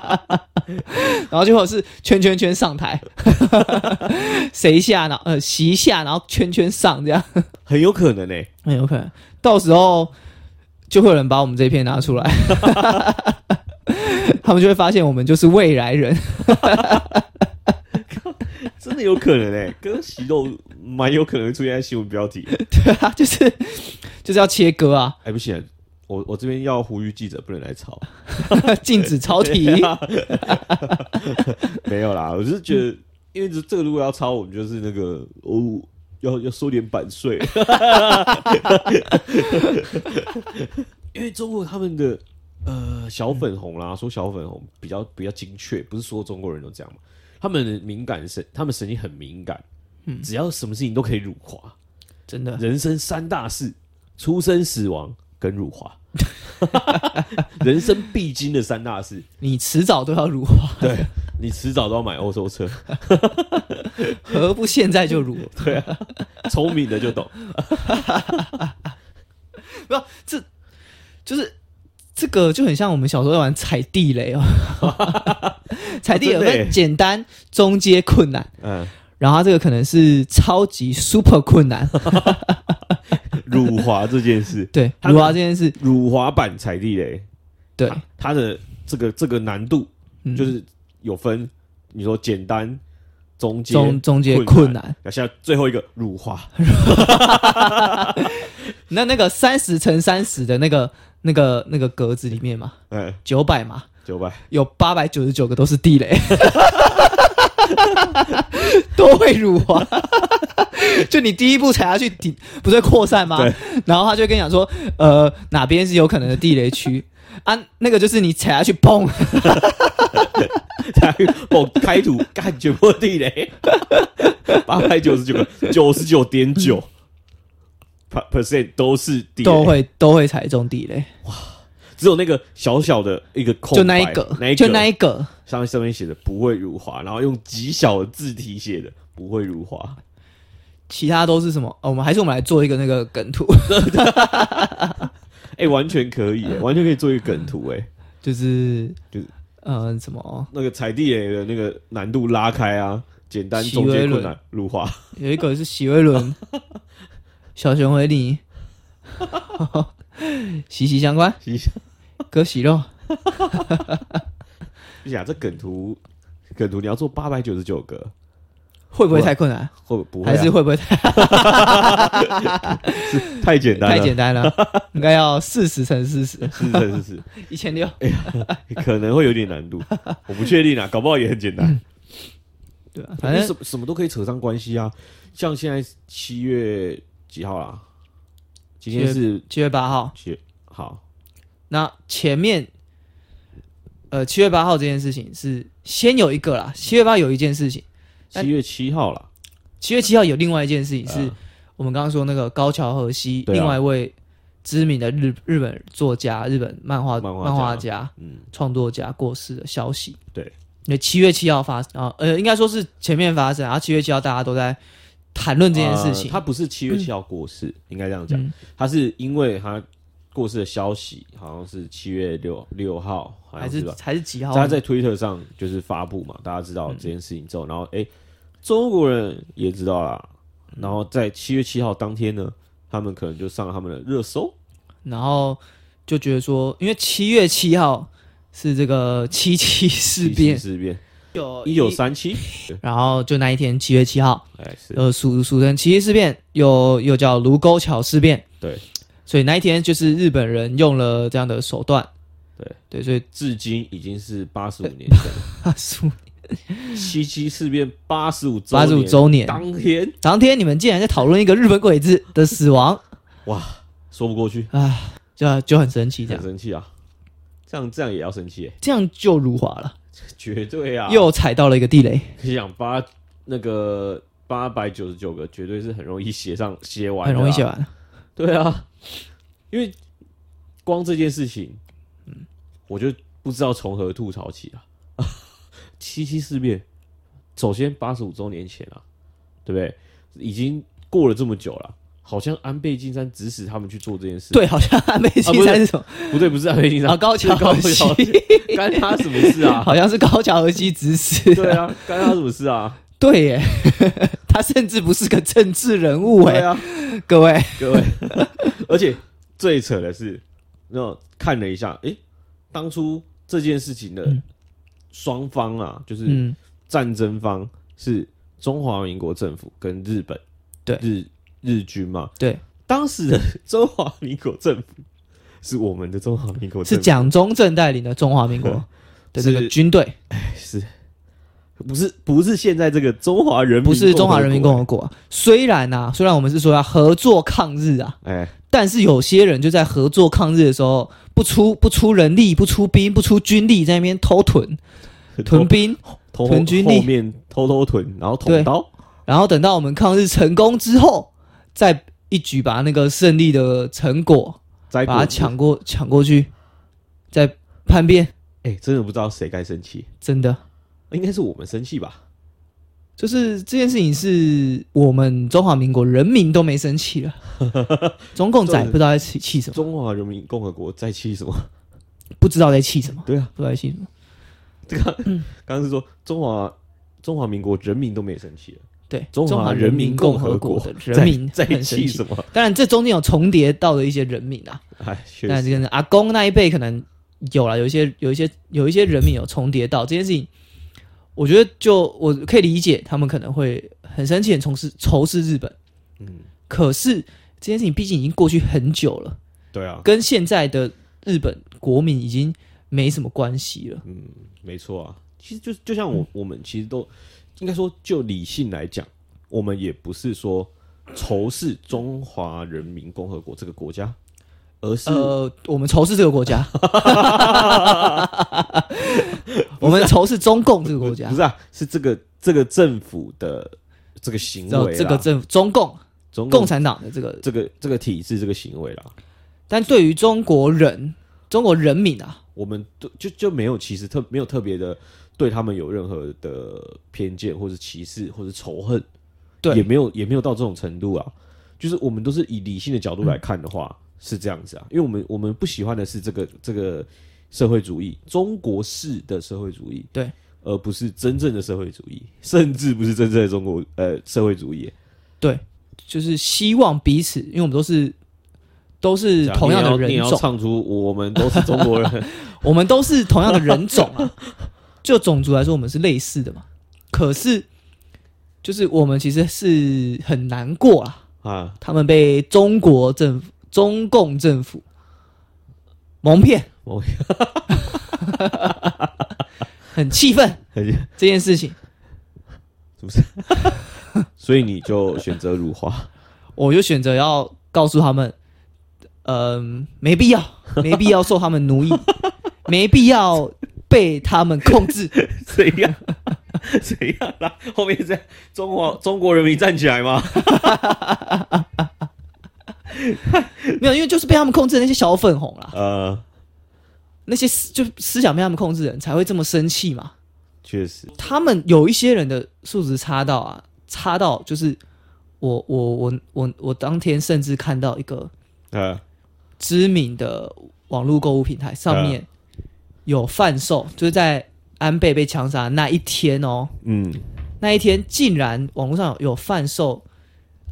Speaker 1: 然后最后是圈圈圈上台， 谁下呢？呃，席下，然后圈圈上，这样
Speaker 2: 很有可能呢、欸
Speaker 1: 很哎有可能，到时候就会有人把我们这片拿出来， 他们就会发现我们就是未来人。
Speaker 2: 真的有可能哎、割席肉蛮有可能会出现在新闻标题。
Speaker 1: 对啊，就是就是要切割啊，
Speaker 2: 哎、不行，我我这边要呼吁记者不能来吵。
Speaker 1: 禁止抄题。
Speaker 2: 没有啦，我是觉得，因为这这个如果要抄，我们就是那个哦，要要收点版税， 因为中国他们的呃小粉红啦，说小粉红比较比较精确，不是所有中国人都这样嘛，他们的敏感神，他们神经很敏感，只要什么事情都可以辱华，
Speaker 1: 真 的，
Speaker 2: 人生三大事：出生、死亡跟辱华。 人生必经的三大事，
Speaker 1: 你迟早都要辱华，
Speaker 2: 对你迟早都要买欧洲车，
Speaker 1: 何不现在就辱？
Speaker 2: 对啊，聪明的就懂。
Speaker 1: 不要，这就是这个就很像我们小时候在玩踩地雷 哦，踩地雷有
Speaker 2: 啊真的耶
Speaker 1: 分简单、中阶、困难，
Speaker 2: 嗯，
Speaker 1: 然后它这个可能是超级 super 困难。，
Speaker 2: 辱华这件事
Speaker 1: 对，
Speaker 2: 它
Speaker 1: 辱华这件事，
Speaker 2: 辱华版踩地雷，
Speaker 1: 对
Speaker 2: 它它的这个这个难度
Speaker 1: 嗯
Speaker 2: 就是有分，你说简单、中间、
Speaker 1: 中中阶
Speaker 2: 困
Speaker 1: 困难。
Speaker 2: 那现在最后一个辱华，
Speaker 1: 那那个三十乘三十的那个那个那个格子里面嘛，
Speaker 2: 嗯，
Speaker 1: 九百嘛，
Speaker 2: 九百，
Speaker 1: 有八百九十九个都是地雷，都会辱华。就你第一步踩下去，底不是会扩散吗
Speaker 2: 对？
Speaker 1: 然后他就会跟你讲说，呃，哪边是有可能的地雷区啊？那个就是你踩下去，砰！
Speaker 2: 才哦，开图干全部地雷，八百九十九个，九十九点九 percent 都是地雷，
Speaker 1: 都会都会踩中地雷，
Speaker 2: 只有那个小小的一个空白，
Speaker 1: 就那一个，
Speaker 2: 那一
Speaker 1: 就那
Speaker 2: 一
Speaker 1: 一个，
Speaker 2: 上面上面写的不会如滑，然后用极小的字体写的不会如滑，
Speaker 1: 其他都是什么？哦我们还是我们来做一个那个梗图，
Speaker 2: 哎、完全可以、完全可以做一个梗图、哎，
Speaker 1: 就是
Speaker 2: 就是
Speaker 1: 呃什么，
Speaker 2: 那个踩地雷的那个难度拉开啊，简单
Speaker 1: 奇
Speaker 2: 中
Speaker 1: 威
Speaker 2: 间困
Speaker 1: 轮
Speaker 2: 难如滑，
Speaker 1: 有一个是席威 伦，小熊维 尼，息息相关，
Speaker 2: 你想
Speaker 1: 割喜肉，
Speaker 2: 你想这梗图，梗图你要做八百九十九个，
Speaker 1: 会不会太困难？
Speaker 2: 会不会、啊、
Speaker 1: 还是会不会太
Speaker 2: 啊太简单了？
Speaker 1: 太简单啊了？ 应该要四十乘四十，
Speaker 2: 是是是是。
Speaker 1: 一千六。
Speaker 2: 可能会有点难度，我不确定啊，搞不好也很简单。
Speaker 1: 对啊，嗯
Speaker 2: 反
Speaker 1: 反
Speaker 2: 正
Speaker 1: 正
Speaker 2: 什什么都可以扯上关系啊，像现在七月几号啦？今天是
Speaker 1: 七月八号，
Speaker 2: 七月好，
Speaker 1: 那前面呃七月八号这件事情是先有一个啦，七月八有一件事情，
Speaker 2: 七月七号啦，
Speaker 1: 七月七号有另外一件事情是
Speaker 2: 嗯
Speaker 1: 我们刚刚说那个高桥和希，
Speaker 2: 对啊
Speaker 1: 另外一位知名的日日本作家、日本漫画
Speaker 2: 漫画
Speaker 1: 漫画
Speaker 2: 家
Speaker 1: 家
Speaker 2: 嗯，
Speaker 1: 创作家过世的消息。
Speaker 2: 对，
Speaker 1: 因为七月七号发啊，呃，应该说是前面发生，然后七月七号大家都在谈论这件事
Speaker 2: 呃
Speaker 1: 情。
Speaker 2: 他不是七月七号过世，应该这样讲
Speaker 1: 嗯，
Speaker 2: 他是因为他过世的消息好像是七月六六号，好
Speaker 1: 还
Speaker 2: 像是
Speaker 1: 是
Speaker 2: 吧？
Speaker 1: 还是几号？
Speaker 2: 他在推特上就是发布嘛，大家
Speaker 1: 嗯
Speaker 2: 知道这件事情之后，然后诶，中国人也知道啦。
Speaker 1: 嗯
Speaker 2: 然后在七月七号当天呢，他们可能就上了他们的热搜，
Speaker 1: 然后就觉得说，因为七月七号是这个七七事变，
Speaker 2: 事变，
Speaker 1: 有
Speaker 2: 一九，三七，
Speaker 1: 然后就那一天七月七号，
Speaker 2: 哎是，
Speaker 1: 呃，俗俗称七七事变，又又叫卢沟桥事变，
Speaker 2: 对，
Speaker 1: 所以那一天就是日本人用了这样的手段，
Speaker 2: 对
Speaker 1: 对，所以
Speaker 2: 至今已经是八十五年前了，
Speaker 1: 他数
Speaker 2: 七七事变八十五
Speaker 1: 八十五周年
Speaker 2: 当天，
Speaker 1: 当天你们竟然在讨论一个日本鬼子的死亡，啊
Speaker 2: 哇，说不过去，
Speaker 1: 就就很神奇，这
Speaker 2: 很
Speaker 1: 样
Speaker 2: 生气啊，这样这样也要生气，
Speaker 1: 这样就辱华了，
Speaker 2: 绝对啊，
Speaker 1: 又踩到了一个地雷，
Speaker 2: 你想八那个八百九十九个，绝对是很容易写上写完，啊
Speaker 1: 很容易写，完了。
Speaker 2: 对啊，因为光这件事情，嗯，我就不知道从何吐槽起啊。 七七事变，首先八十五周年前啊，对不对？已经过了这么久了，好像安倍晋三指使他们去做这件事，，
Speaker 1: 对，好像安倍晋三是什么？
Speaker 2: 啊不对？不是安倍晋
Speaker 1: 啊，
Speaker 2: 三，
Speaker 1: 高桥
Speaker 2: 是高
Speaker 1: 和希
Speaker 2: 桥，干他什么事啊？
Speaker 1: 好像是高桥和希指使。
Speaker 2: 对啊，干他什么事啊？
Speaker 1: 对耶， 他甚至不是个政治人物
Speaker 2: 对
Speaker 1: 哎，
Speaker 2: 啊，
Speaker 1: 各位，
Speaker 2: 各位， 而且最扯的是，那我看了一下，诶、当初这件事情的
Speaker 1: 嗯
Speaker 2: 双方啊，就是
Speaker 1: 嗯，
Speaker 2: 战争方是中华民国政府跟日本，
Speaker 1: 对
Speaker 2: 日日军嘛。
Speaker 1: 对，
Speaker 2: 当时的 中华民国政府是我们的中华民国
Speaker 1: 是
Speaker 2: 政府，
Speaker 1: 蒋中正带领的中华 民国的这个
Speaker 2: 是
Speaker 1: 军队，
Speaker 2: 是不是不是现在这个中华人民
Speaker 1: 不是中华人民共
Speaker 2: 国
Speaker 1: 和国啊。虽然啊，虽然我们是说要合作抗日啊，
Speaker 2: 哎、
Speaker 1: 但是有些人就在合作抗日的时候，不出不出人力，不出兵，不出军力，在那边偷屯屯兵，
Speaker 2: 偷
Speaker 1: 屯军力
Speaker 2: 后面偷偷屯，然后
Speaker 1: 对
Speaker 2: 捅刀，
Speaker 1: 然后等到我们抗日成功之后，再一举把那个胜利的成果
Speaker 2: 摘
Speaker 1: 把它
Speaker 2: 果子
Speaker 1: 抢过抢过去，再叛变。
Speaker 2: 哎、真的不知道谁该生气，
Speaker 1: 真的，
Speaker 2: 应该是我们生气吧？
Speaker 1: 就是这件事情是我们中华民国人民都没生气了， 中共仔不知道在气气什么，
Speaker 2: 中华人民共和国在气什么？
Speaker 1: 不知道在气什么，
Speaker 2: 对啊，
Speaker 1: 不知道在气什么。
Speaker 2: 刚刚是说中华中华民国人民都没生气了，
Speaker 1: 对，
Speaker 2: 中华人
Speaker 1: 人
Speaker 2: 民
Speaker 1: 共
Speaker 2: 共和
Speaker 1: 国
Speaker 2: 国
Speaker 1: 的人民
Speaker 2: 在在
Speaker 1: 很生
Speaker 2: 气
Speaker 1: 气
Speaker 2: 什么？
Speaker 1: 当然，这中间有重叠到的一些人民啊，
Speaker 2: 哎，确
Speaker 1: 但
Speaker 2: 实，
Speaker 1: 是阿公那一辈可能有了，有一些、有一些、有一些人民有重叠到这件事情，我觉得就我可以理解，他们可能会很生气、很仇视、仇视日本。
Speaker 2: 嗯，
Speaker 1: 可是这件事情毕竟已经过去很久了，
Speaker 2: 对啊，
Speaker 1: 跟现在的日本国民已经没什么关系了。
Speaker 2: 嗯，没错啊，其实就是就像我我们其实都应该说，就理性来讲，我们也不是说仇视中华人民共和国这个国家，而是、
Speaker 1: 呃，我们仇视这个国 家，我们仇视中共这个国家
Speaker 2: 不，是啊，是这个这个政府的这个行
Speaker 1: 然后
Speaker 2: 为啦，
Speaker 1: 这个政府中共
Speaker 2: 中
Speaker 1: 共
Speaker 2: 共
Speaker 1: 产党的这个，
Speaker 2: 这个这个体制这个行为啦，
Speaker 1: 但对于中国人、中国人民啊，
Speaker 2: 我们都就就没有其实特没有特别的对他们有任何的偏见或是歧视或是仇恨，也
Speaker 1: 对
Speaker 2: 没有也没有到这种程度啊。就是我们都是以理性的角度来看的话，是这样子啊，因为我们我们不喜欢的是这个这个社会主义，中国式的社会主义，
Speaker 1: 对，
Speaker 2: 而不是真正的社会主义，甚至不是真正的中国呃社会主义。
Speaker 1: 对，就是希望彼此，因为我们都是都是
Speaker 2: 这
Speaker 1: 同样的
Speaker 2: 啊你也
Speaker 1: 人
Speaker 2: 要你也要
Speaker 1: 种，
Speaker 2: 唱出我们都是中国人，
Speaker 1: 我们都是同样的人种啊。就种族来说，我们是类似的嘛。可是，就是我们其实是很难过啊，
Speaker 2: 啊，
Speaker 1: 他们被中国政府、中共政府蒙骗，
Speaker 2: 蒙
Speaker 1: 骗，很气愤
Speaker 2: 很气
Speaker 1: 这件事情，
Speaker 2: 所以你就选择辱华。
Speaker 1: 我就选择要告诉他们，嗯、没必要，没必要受他们奴役，没必要被他们控制。
Speaker 2: 谁呀？谁呀？啦？后面这样中华中国人民站起来吗？
Speaker 1: 没有，因为就是被他们控制的那些小粉红啊啦，
Speaker 2: 呃，
Speaker 1: 那些思就思想被他们控制的人才会这么生气嘛。
Speaker 2: 确实，
Speaker 1: 他们有一些人的素质差到啊，差到就是我我我我我当天甚至看到一个
Speaker 2: 呃，
Speaker 1: 知名的网络购物平台上面有贩售，就是在安倍被枪杀那一天哦，
Speaker 2: 嗯，
Speaker 1: 那一天竟然网络上有贩售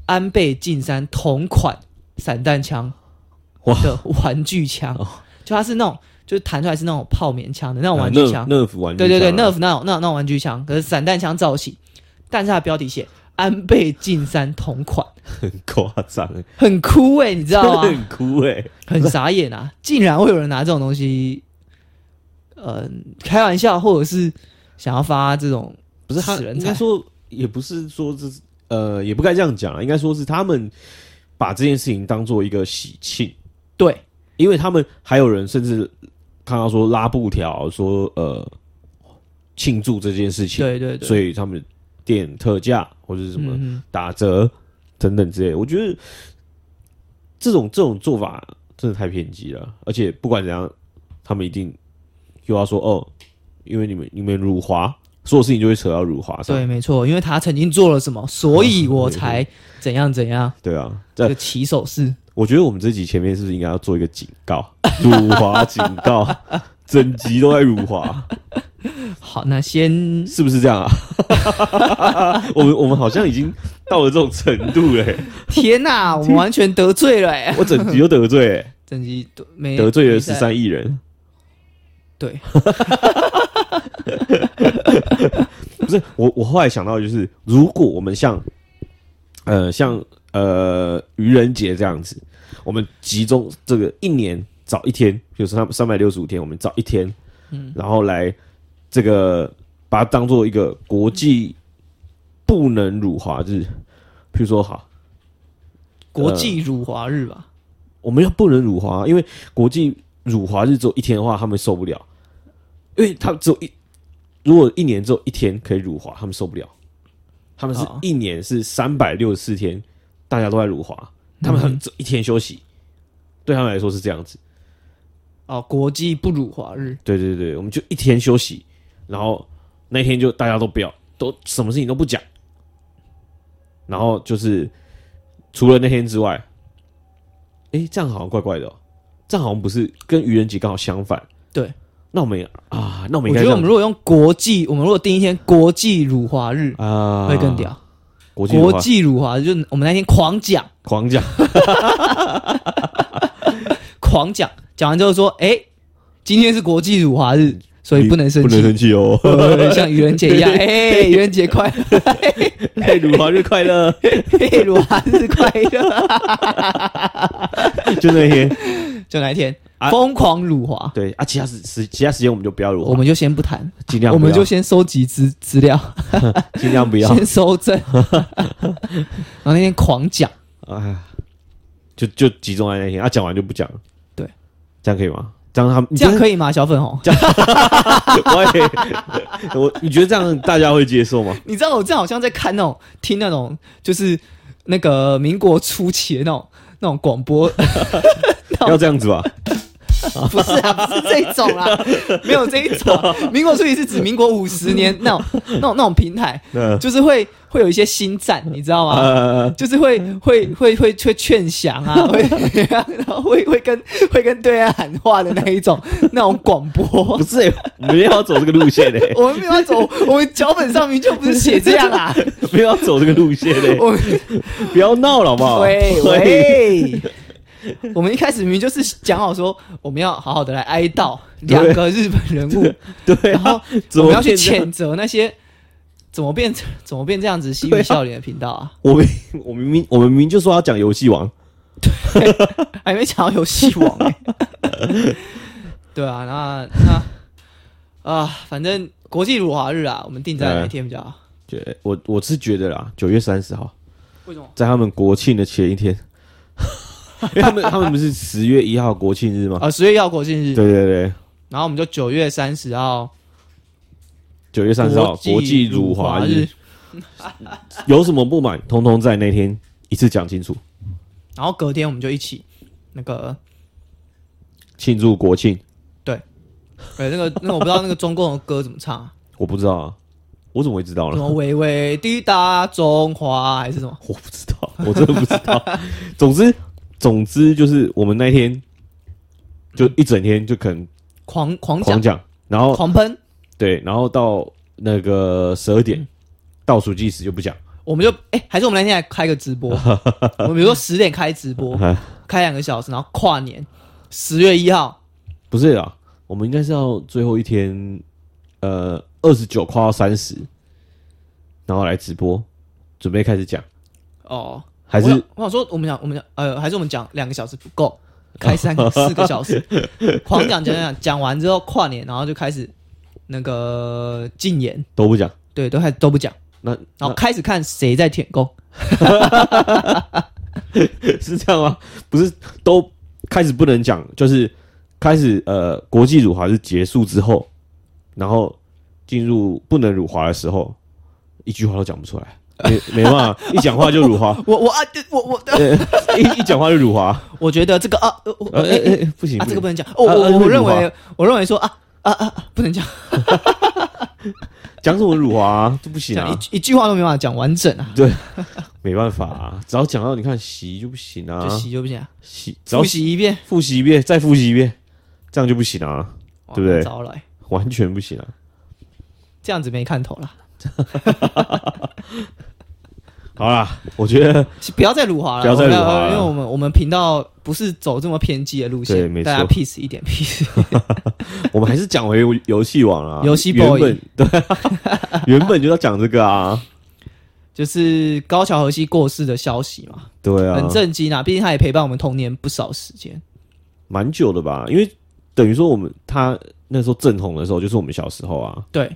Speaker 1: 安倍晋三同款散弹枪
Speaker 2: 哇
Speaker 1: 的玩具枪，就它是那种就是弹出来是那种泡棉枪啊的那种玩具枪，
Speaker 2: 那玩具
Speaker 1: 对
Speaker 2: 啊
Speaker 1: 对对
Speaker 2: 那
Speaker 1: ，Nerf 那种那种那种玩具枪，可是散弹枪造型，但是它的标题写安倍晋三同款，
Speaker 2: 很夸张欸，
Speaker 1: 很酷哎、你知
Speaker 2: 真
Speaker 1: 道
Speaker 2: 的
Speaker 1: 吗？
Speaker 2: 很酷哎，
Speaker 1: 很傻眼啊！竟然会有人拿这种东西，嗯，开玩笑，或者是想要发这种
Speaker 2: 不是他
Speaker 1: 死人
Speaker 2: 应
Speaker 1: 才
Speaker 2: 该说也不是说这是呃也不该这样讲啊，应该说是他们把这件事情当做一个喜庆，
Speaker 1: 对
Speaker 2: 因为他们还有人甚至看到说拉布条说呃庆祝这件事情，
Speaker 1: 对对对，
Speaker 2: 所以他们店特价或者是什么
Speaker 1: 嗯
Speaker 2: 打折等等之类的。我觉得这种这种做法真的太偏激了，而且不管怎样，他们一定又要说哦，因为你们你们辱华，所有事情就会扯到辱华上，
Speaker 1: 对，没错，因为他曾经做了什么，所 以我才怎样怎样，
Speaker 2: 对啊。
Speaker 1: 这
Speaker 2: 这
Speaker 1: 个起手式。
Speaker 2: 我觉得我们这集前面是不是应该要做一个警告， 辱华警告，整集都在辱华，
Speaker 1: 好，那先
Speaker 2: 是不是这样啊？ 我们我们好像已经到了这种程度了欸、
Speaker 1: 天哪、我们完全得罪了、欸，
Speaker 2: 我整集都得罪、欸。
Speaker 1: 整集都没
Speaker 2: 得罪了
Speaker 1: 没
Speaker 2: 十
Speaker 1: 在
Speaker 2: 三亿人，
Speaker 1: 对，
Speaker 2: 不是我。我后来想到，就是如果我们像，呃，像呃愚人节这样子，我们集中这个一年找一天，比如说三三百六十五天，我们找一天，嗯，然后来这个把它当做一个国际不能辱华日，譬如说好，
Speaker 1: 国际辱华日吧，
Speaker 2: 我们要不能辱华，因为国际辱华日只有一天的话，他们受不了，因为他们只有一，如果一年只有一天可以辱华，他们受不了。他们是
Speaker 1: 好
Speaker 2: 一年是三百六十四天，大家都在辱华，他们很只有一天休息，对他们来说是这样子。
Speaker 1: 哦，国际不辱华日，
Speaker 2: 对对对，我们就一天休息，然后那天就大家都不要，都什么事情都不讲，然后就是除了那天之外，诶，这样好像怪怪的、哦，这样好像不是跟愚人节刚好相反。
Speaker 1: 对，
Speaker 2: 那我们也啊，那我
Speaker 1: 我
Speaker 2: 们应
Speaker 1: 觉
Speaker 2: 该这
Speaker 1: 得我
Speaker 2: 样
Speaker 1: 们如果用国际，我们如果定一天国际辱华日，
Speaker 2: 啊，
Speaker 1: 会更屌。
Speaker 2: 国际
Speaker 1: 国
Speaker 2: 化
Speaker 1: 际辱华日就是我们那天狂讲，
Speaker 2: 狂讲，
Speaker 1: 狂讲，讲完之后说，哎、今天是国际辱华日，所以不能生
Speaker 2: 嗯不能
Speaker 1: 气。
Speaker 2: 生气 哦。
Speaker 1: 呃像愚人节 一样，哎、愚人节快乐，
Speaker 2: 嘿，辱华日快乐！
Speaker 1: 嘿嘿，辱华日快乐，
Speaker 2: 就那天，
Speaker 1: 就那一天，
Speaker 2: 啊
Speaker 1: 疯狂辱华，
Speaker 2: 对啊，其他时时其他时间我们就不要辱华，
Speaker 1: 我们就先不谈，
Speaker 2: 尽量
Speaker 1: 我
Speaker 2: 不
Speaker 1: 们
Speaker 2: 要
Speaker 1: 就先收集资资料，
Speaker 2: 尽量不要，
Speaker 1: 先收证， 然后那天狂讲，
Speaker 2: 哎，就就集中在那一天，啊，讲完就不讲了，
Speaker 1: 对，
Speaker 2: 这样可以吗？这样他们
Speaker 1: 这样
Speaker 2: 以，
Speaker 1: 可以吗？小粉红，
Speaker 2: 我也我你觉得这样大家会接受吗？
Speaker 1: 你知道我这好像在看那种听那种就是那个民国初期的那种那种广播，
Speaker 2: 要这样子吧？
Speaker 1: 不是啊，不是这种啊，没有这一种啊。民国初期是指民国五十年那种那种那种平台，
Speaker 2: 那
Speaker 1: 就是会会有一些新站，你知道吗？
Speaker 2: 嗯呃，
Speaker 1: 就是会会会会会劝降啊，会然后会会跟会跟对岸喊话的那一种那种广播
Speaker 2: 不。是欸，我们要走这个路线欸嘞，
Speaker 1: 我们没有要走，我们脚本上面就不是写这样啊。
Speaker 2: 没有要走这个路线嘞，
Speaker 1: 我们
Speaker 2: 不要闹了好不 好？
Speaker 1: 喂
Speaker 2: 喂，
Speaker 1: 喂，我们一开始明明就是讲好说，我们要好好的来哀悼两个日本人物，
Speaker 2: 对
Speaker 1: 然后
Speaker 2: 啊，
Speaker 1: 我
Speaker 2: 怎
Speaker 1: 们
Speaker 2: 么
Speaker 1: 要去
Speaker 2: 变这样
Speaker 1: 谴责那些怎么变怎么变这样子嬉皮笑脸的频道 啊，
Speaker 2: 我们我明明我们明明就说要讲游戏王，
Speaker 1: 还没讲到游戏王、 欸。对啊，那那啊，反正国际辱华日啊，我们定在哪一天比较好？
Speaker 2: 觉得我我是觉得啦，九月三十号，
Speaker 1: 为什么？
Speaker 2: 在他们国庆的前一天， 因为他们他们不是十月一号国庆日吗？
Speaker 1: 啊，十月一号国庆日
Speaker 2: 对，对对，
Speaker 1: 然后我们就九月三十号
Speaker 2: 九月三十号国际
Speaker 1: 辱
Speaker 2: 辱华
Speaker 1: 日
Speaker 2: 日，，有什么不满，通通在那天一次讲清楚，
Speaker 1: 然后隔天我们就一起那个
Speaker 2: 庆祝国庆。
Speaker 1: 哎、那个，那我不知道那个中共的歌怎么唱、啊，
Speaker 2: 我不知道啊，我怎么会知道
Speaker 1: 什
Speaker 2: 呢？
Speaker 1: 么“巍巍滴答中华”还是什么？
Speaker 2: 我不知道， 我真的不知道。总之，总之就是我们那天就一整天就可能
Speaker 1: 狂狂
Speaker 2: 狂
Speaker 1: 讲、
Speaker 2: 讲，然后
Speaker 1: 狂喷，
Speaker 2: 对，然后到那个十二点倒数计时就不讲，
Speaker 1: 我们就哎、还是我们那天来开个直 播，我们比如说十点开直
Speaker 2: 哦
Speaker 1: 播，开两个小时，然后跨年十月一号，
Speaker 2: 不是啊，我们应该是要最后一天，呃，二十九跨到三十，然后来直播，准备开始讲，
Speaker 1: 哦，
Speaker 2: 还
Speaker 1: 我想
Speaker 2: 是
Speaker 1: 我想说我们讲我们讲呃，还是我们讲两个小时不够，开三个四个小 时，狂讲讲讲讲完之后跨年，然后就开始那个禁言，
Speaker 2: 都不讲？
Speaker 1: 对，都还都不讲，
Speaker 2: 那
Speaker 1: 然后开始看谁在舔供。
Speaker 2: 那是这样吗？不是都开始不能讲，就是开始呃，国际辱华是结束之后，然后进入不能辱华的时候，一句话都讲不出来，没没 办法，一讲话就辱华，
Speaker 1: 我我啊，对我我
Speaker 2: 呃一一讲话就辱华，
Speaker 1: 我觉得这个啊，呃 我
Speaker 2: 呃，
Speaker 1: 呃诶
Speaker 2: 哎哎不行，
Speaker 1: 啊，这个
Speaker 2: 不
Speaker 1: 不能
Speaker 2: 行
Speaker 1: 讲。哦，
Speaker 2: 啊啊
Speaker 1: 我我
Speaker 2: 那
Speaker 1: 我
Speaker 2: 个
Speaker 1: 认
Speaker 2: 辱
Speaker 1: 为，我认为说啊啊啊啊，不能讲，
Speaker 2: 讲什么辱华啊这不行
Speaker 1: 讲
Speaker 2: 啊
Speaker 1: 一，句一句话都没办法讲完整啊，
Speaker 2: 没办法、啊，只要讲到你看习就不行啊
Speaker 1: 就，洗就不行啊，
Speaker 2: 习只要
Speaker 1: 复习一遍，
Speaker 2: 复习一遍，再复习一遍，这样就不行啊，
Speaker 1: 哇
Speaker 2: 对不对
Speaker 1: 糟了欸，
Speaker 2: 完全不行啊。
Speaker 1: 这样子没看头了，
Speaker 2: 好啦，我觉得
Speaker 1: 不要再辱华了，
Speaker 2: 不要再辱华
Speaker 1: 我们
Speaker 2: 了
Speaker 1: 因为我们我们频道不是走这么偏激的路
Speaker 2: 对
Speaker 1: 线，
Speaker 2: 没
Speaker 1: 大家
Speaker 2: 错
Speaker 1: peace 一点 peace。
Speaker 2: 我们还是讲回游戏网啊，
Speaker 1: 游戏 boy
Speaker 2: 原本对、啊，原本就要讲这个啊，
Speaker 1: 就是高桥和希过世的消息嘛，
Speaker 2: 对啊
Speaker 1: 很，震惊啊！毕竟他也陪伴我们童年不少时间。
Speaker 2: 蛮久的吧？因为等于说我们他那时候正红的时候，就是我们小时候啊，
Speaker 1: 对，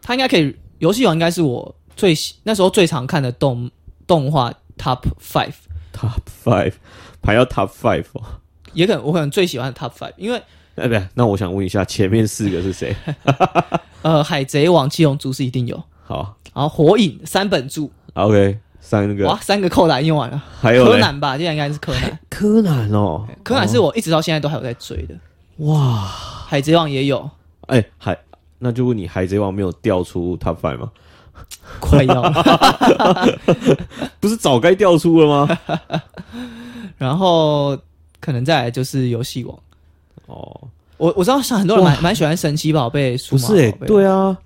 Speaker 1: 他应该可以，游戏王应该是我最喜那时候最常看的动动画 Top Five。
Speaker 2: Top Five 排到 Top Five，哦
Speaker 1: 也可能我可能最喜欢的 Top Five，因为
Speaker 2: 哎、不对，那我想问一下，前面四个 是谁？
Speaker 1: 呃，海贼王、七龙珠是一定有，
Speaker 2: 好
Speaker 1: 然后火影三本柱，
Speaker 2: ，OK，三个
Speaker 1: 哇，，三个扣打用完了，
Speaker 2: 还有
Speaker 1: 柯
Speaker 2: 嘞，
Speaker 1: 南吧，现在应该是柯 南，
Speaker 2: 柯南哦，
Speaker 1: 柯南是我一直到现在都还有在追的，
Speaker 2: 哇，
Speaker 1: 海贼王也有，
Speaker 2: 哎、海，那就问你，海贼王没有调出 Top Five 吗？
Speaker 1: 快要 了，
Speaker 2: 不是早该调出了 吗？
Speaker 1: 然后可能再来就是游戏王，
Speaker 2: 哦，
Speaker 1: 我我知道像很多人蛮蛮喜欢神奇宝贝、数
Speaker 2: 不
Speaker 1: 码
Speaker 2: 是哎、
Speaker 1: 宝贝，，
Speaker 2: 对啊，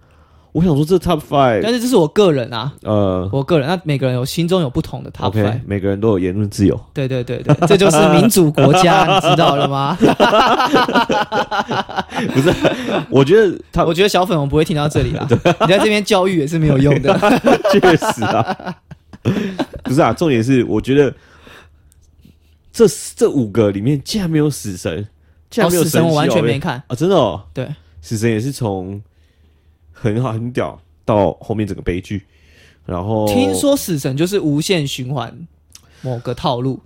Speaker 2: 我想说这 Top
Speaker 1: 但
Speaker 2: Five，
Speaker 1: 是这是我个人啊，
Speaker 2: 呃
Speaker 1: 我个人，那每个人有心中有不同的 Top
Speaker 2: ，OK，
Speaker 1: Five，
Speaker 2: 每个人都有言论自由，
Speaker 1: 对对对对，这就是民主国家，你知道了吗？
Speaker 2: 不是？我觉得他
Speaker 1: 我觉得小粉红不会听到这里 啦，你在这边教育也是没有用的。
Speaker 2: 确实啊， 不是啊，重点是我觉得这这五个里面竟然没有死神，竟然没有
Speaker 1: 哦死神
Speaker 2: 神
Speaker 1: 我完
Speaker 2: 奇
Speaker 1: 全
Speaker 2: 宝贝
Speaker 1: 没看，
Speaker 2: 啊，真的哦，
Speaker 1: 对，
Speaker 2: 死神也是从很好很屌到后面整个悲剧，然后
Speaker 1: 听说死神就是无限循环某
Speaker 2: 哦
Speaker 1: 个套路，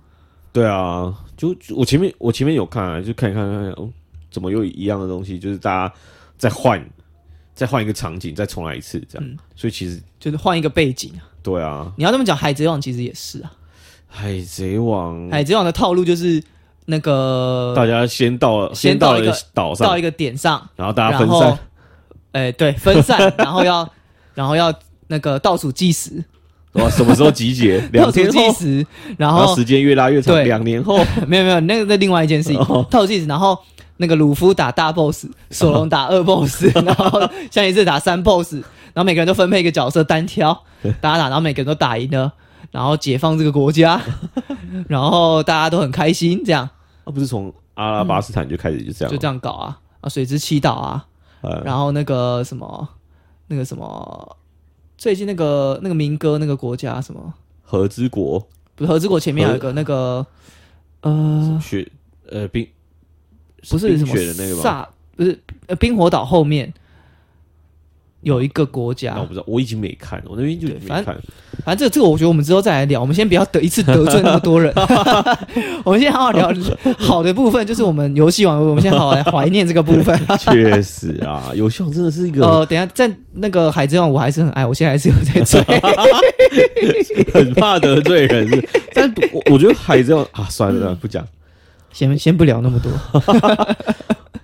Speaker 2: 对啊，就就我前面我前面有看、啊，就看一看看一看，哦，怎么又一样的东西，就是大家再换再换一个场景，再重来一次这样，
Speaker 1: 嗯
Speaker 2: 所以其实
Speaker 1: 就是换一个背景。
Speaker 2: 对啊，
Speaker 1: 你要这么讲，海贼王其实也是啊，
Speaker 2: 海贼王
Speaker 1: 海贼王的套路就是那个
Speaker 2: 大家先到了
Speaker 1: 先
Speaker 2: 到
Speaker 1: 到一
Speaker 2: 了
Speaker 1: 个
Speaker 2: 岛上
Speaker 1: 到一，个点上，
Speaker 2: 然后大家
Speaker 1: 然
Speaker 2: 分
Speaker 1: 后
Speaker 2: 散，，
Speaker 1: 哎、对，分散，然后要然后要那个倒数计时，
Speaker 2: 哇，什么时候集 结？两
Speaker 1: 倒数
Speaker 2: 天
Speaker 1: 计，
Speaker 2: 后
Speaker 1: 时，然
Speaker 2: 然
Speaker 1: 后
Speaker 2: 后时间越拉越长，
Speaker 1: 对
Speaker 2: 两年后
Speaker 1: 没有没有，那个那另外一件事情，
Speaker 2: 哦
Speaker 1: 倒数计时，然后那个鲁夫打大 boss，索隆打二 boss，然后像一次打三 boss，然后每个人都分配一个角色单挑打打，然后每个人都打赢了，然后解放这个国 家，然后大家都很开心，这样
Speaker 2: 啊，不是从阿拉巴斯坦就开始就这样，
Speaker 1: 就这样搞啊啊，水之祈祷啊，
Speaker 2: 呃，
Speaker 1: 然后那个什么那个什么，最近那个那个民歌那个国家什么，
Speaker 2: 和之国
Speaker 1: 不是和之国前面有一个那个呃。
Speaker 2: 雪呃冰
Speaker 1: 不是什
Speaker 2: 冰
Speaker 1: 么
Speaker 2: 雪的那个吗？
Speaker 1: 萨，不是呃冰火岛后面有一个国家
Speaker 2: 那啊我，不知道，我已经没看，我那边就
Speaker 1: 啊对
Speaker 2: 没
Speaker 1: 反
Speaker 2: 看。
Speaker 1: 反正这个这个我觉得我们之后再来聊，我们先不要得一次得罪那么多 人，我们先好好聊好的部分，就是我们游戏王，我们先好好来怀念这个部 分。
Speaker 2: 确实啊，游戏王真的是一 个
Speaker 1: 呃，等一下，在那个海贼王我还是很爱，我现在还是有在 追。
Speaker 2: 很怕得罪人 是，但不我我觉得海贼王啊，算了
Speaker 1: 嗯
Speaker 2: 算了，不讲。
Speaker 1: 先先不聊那么多，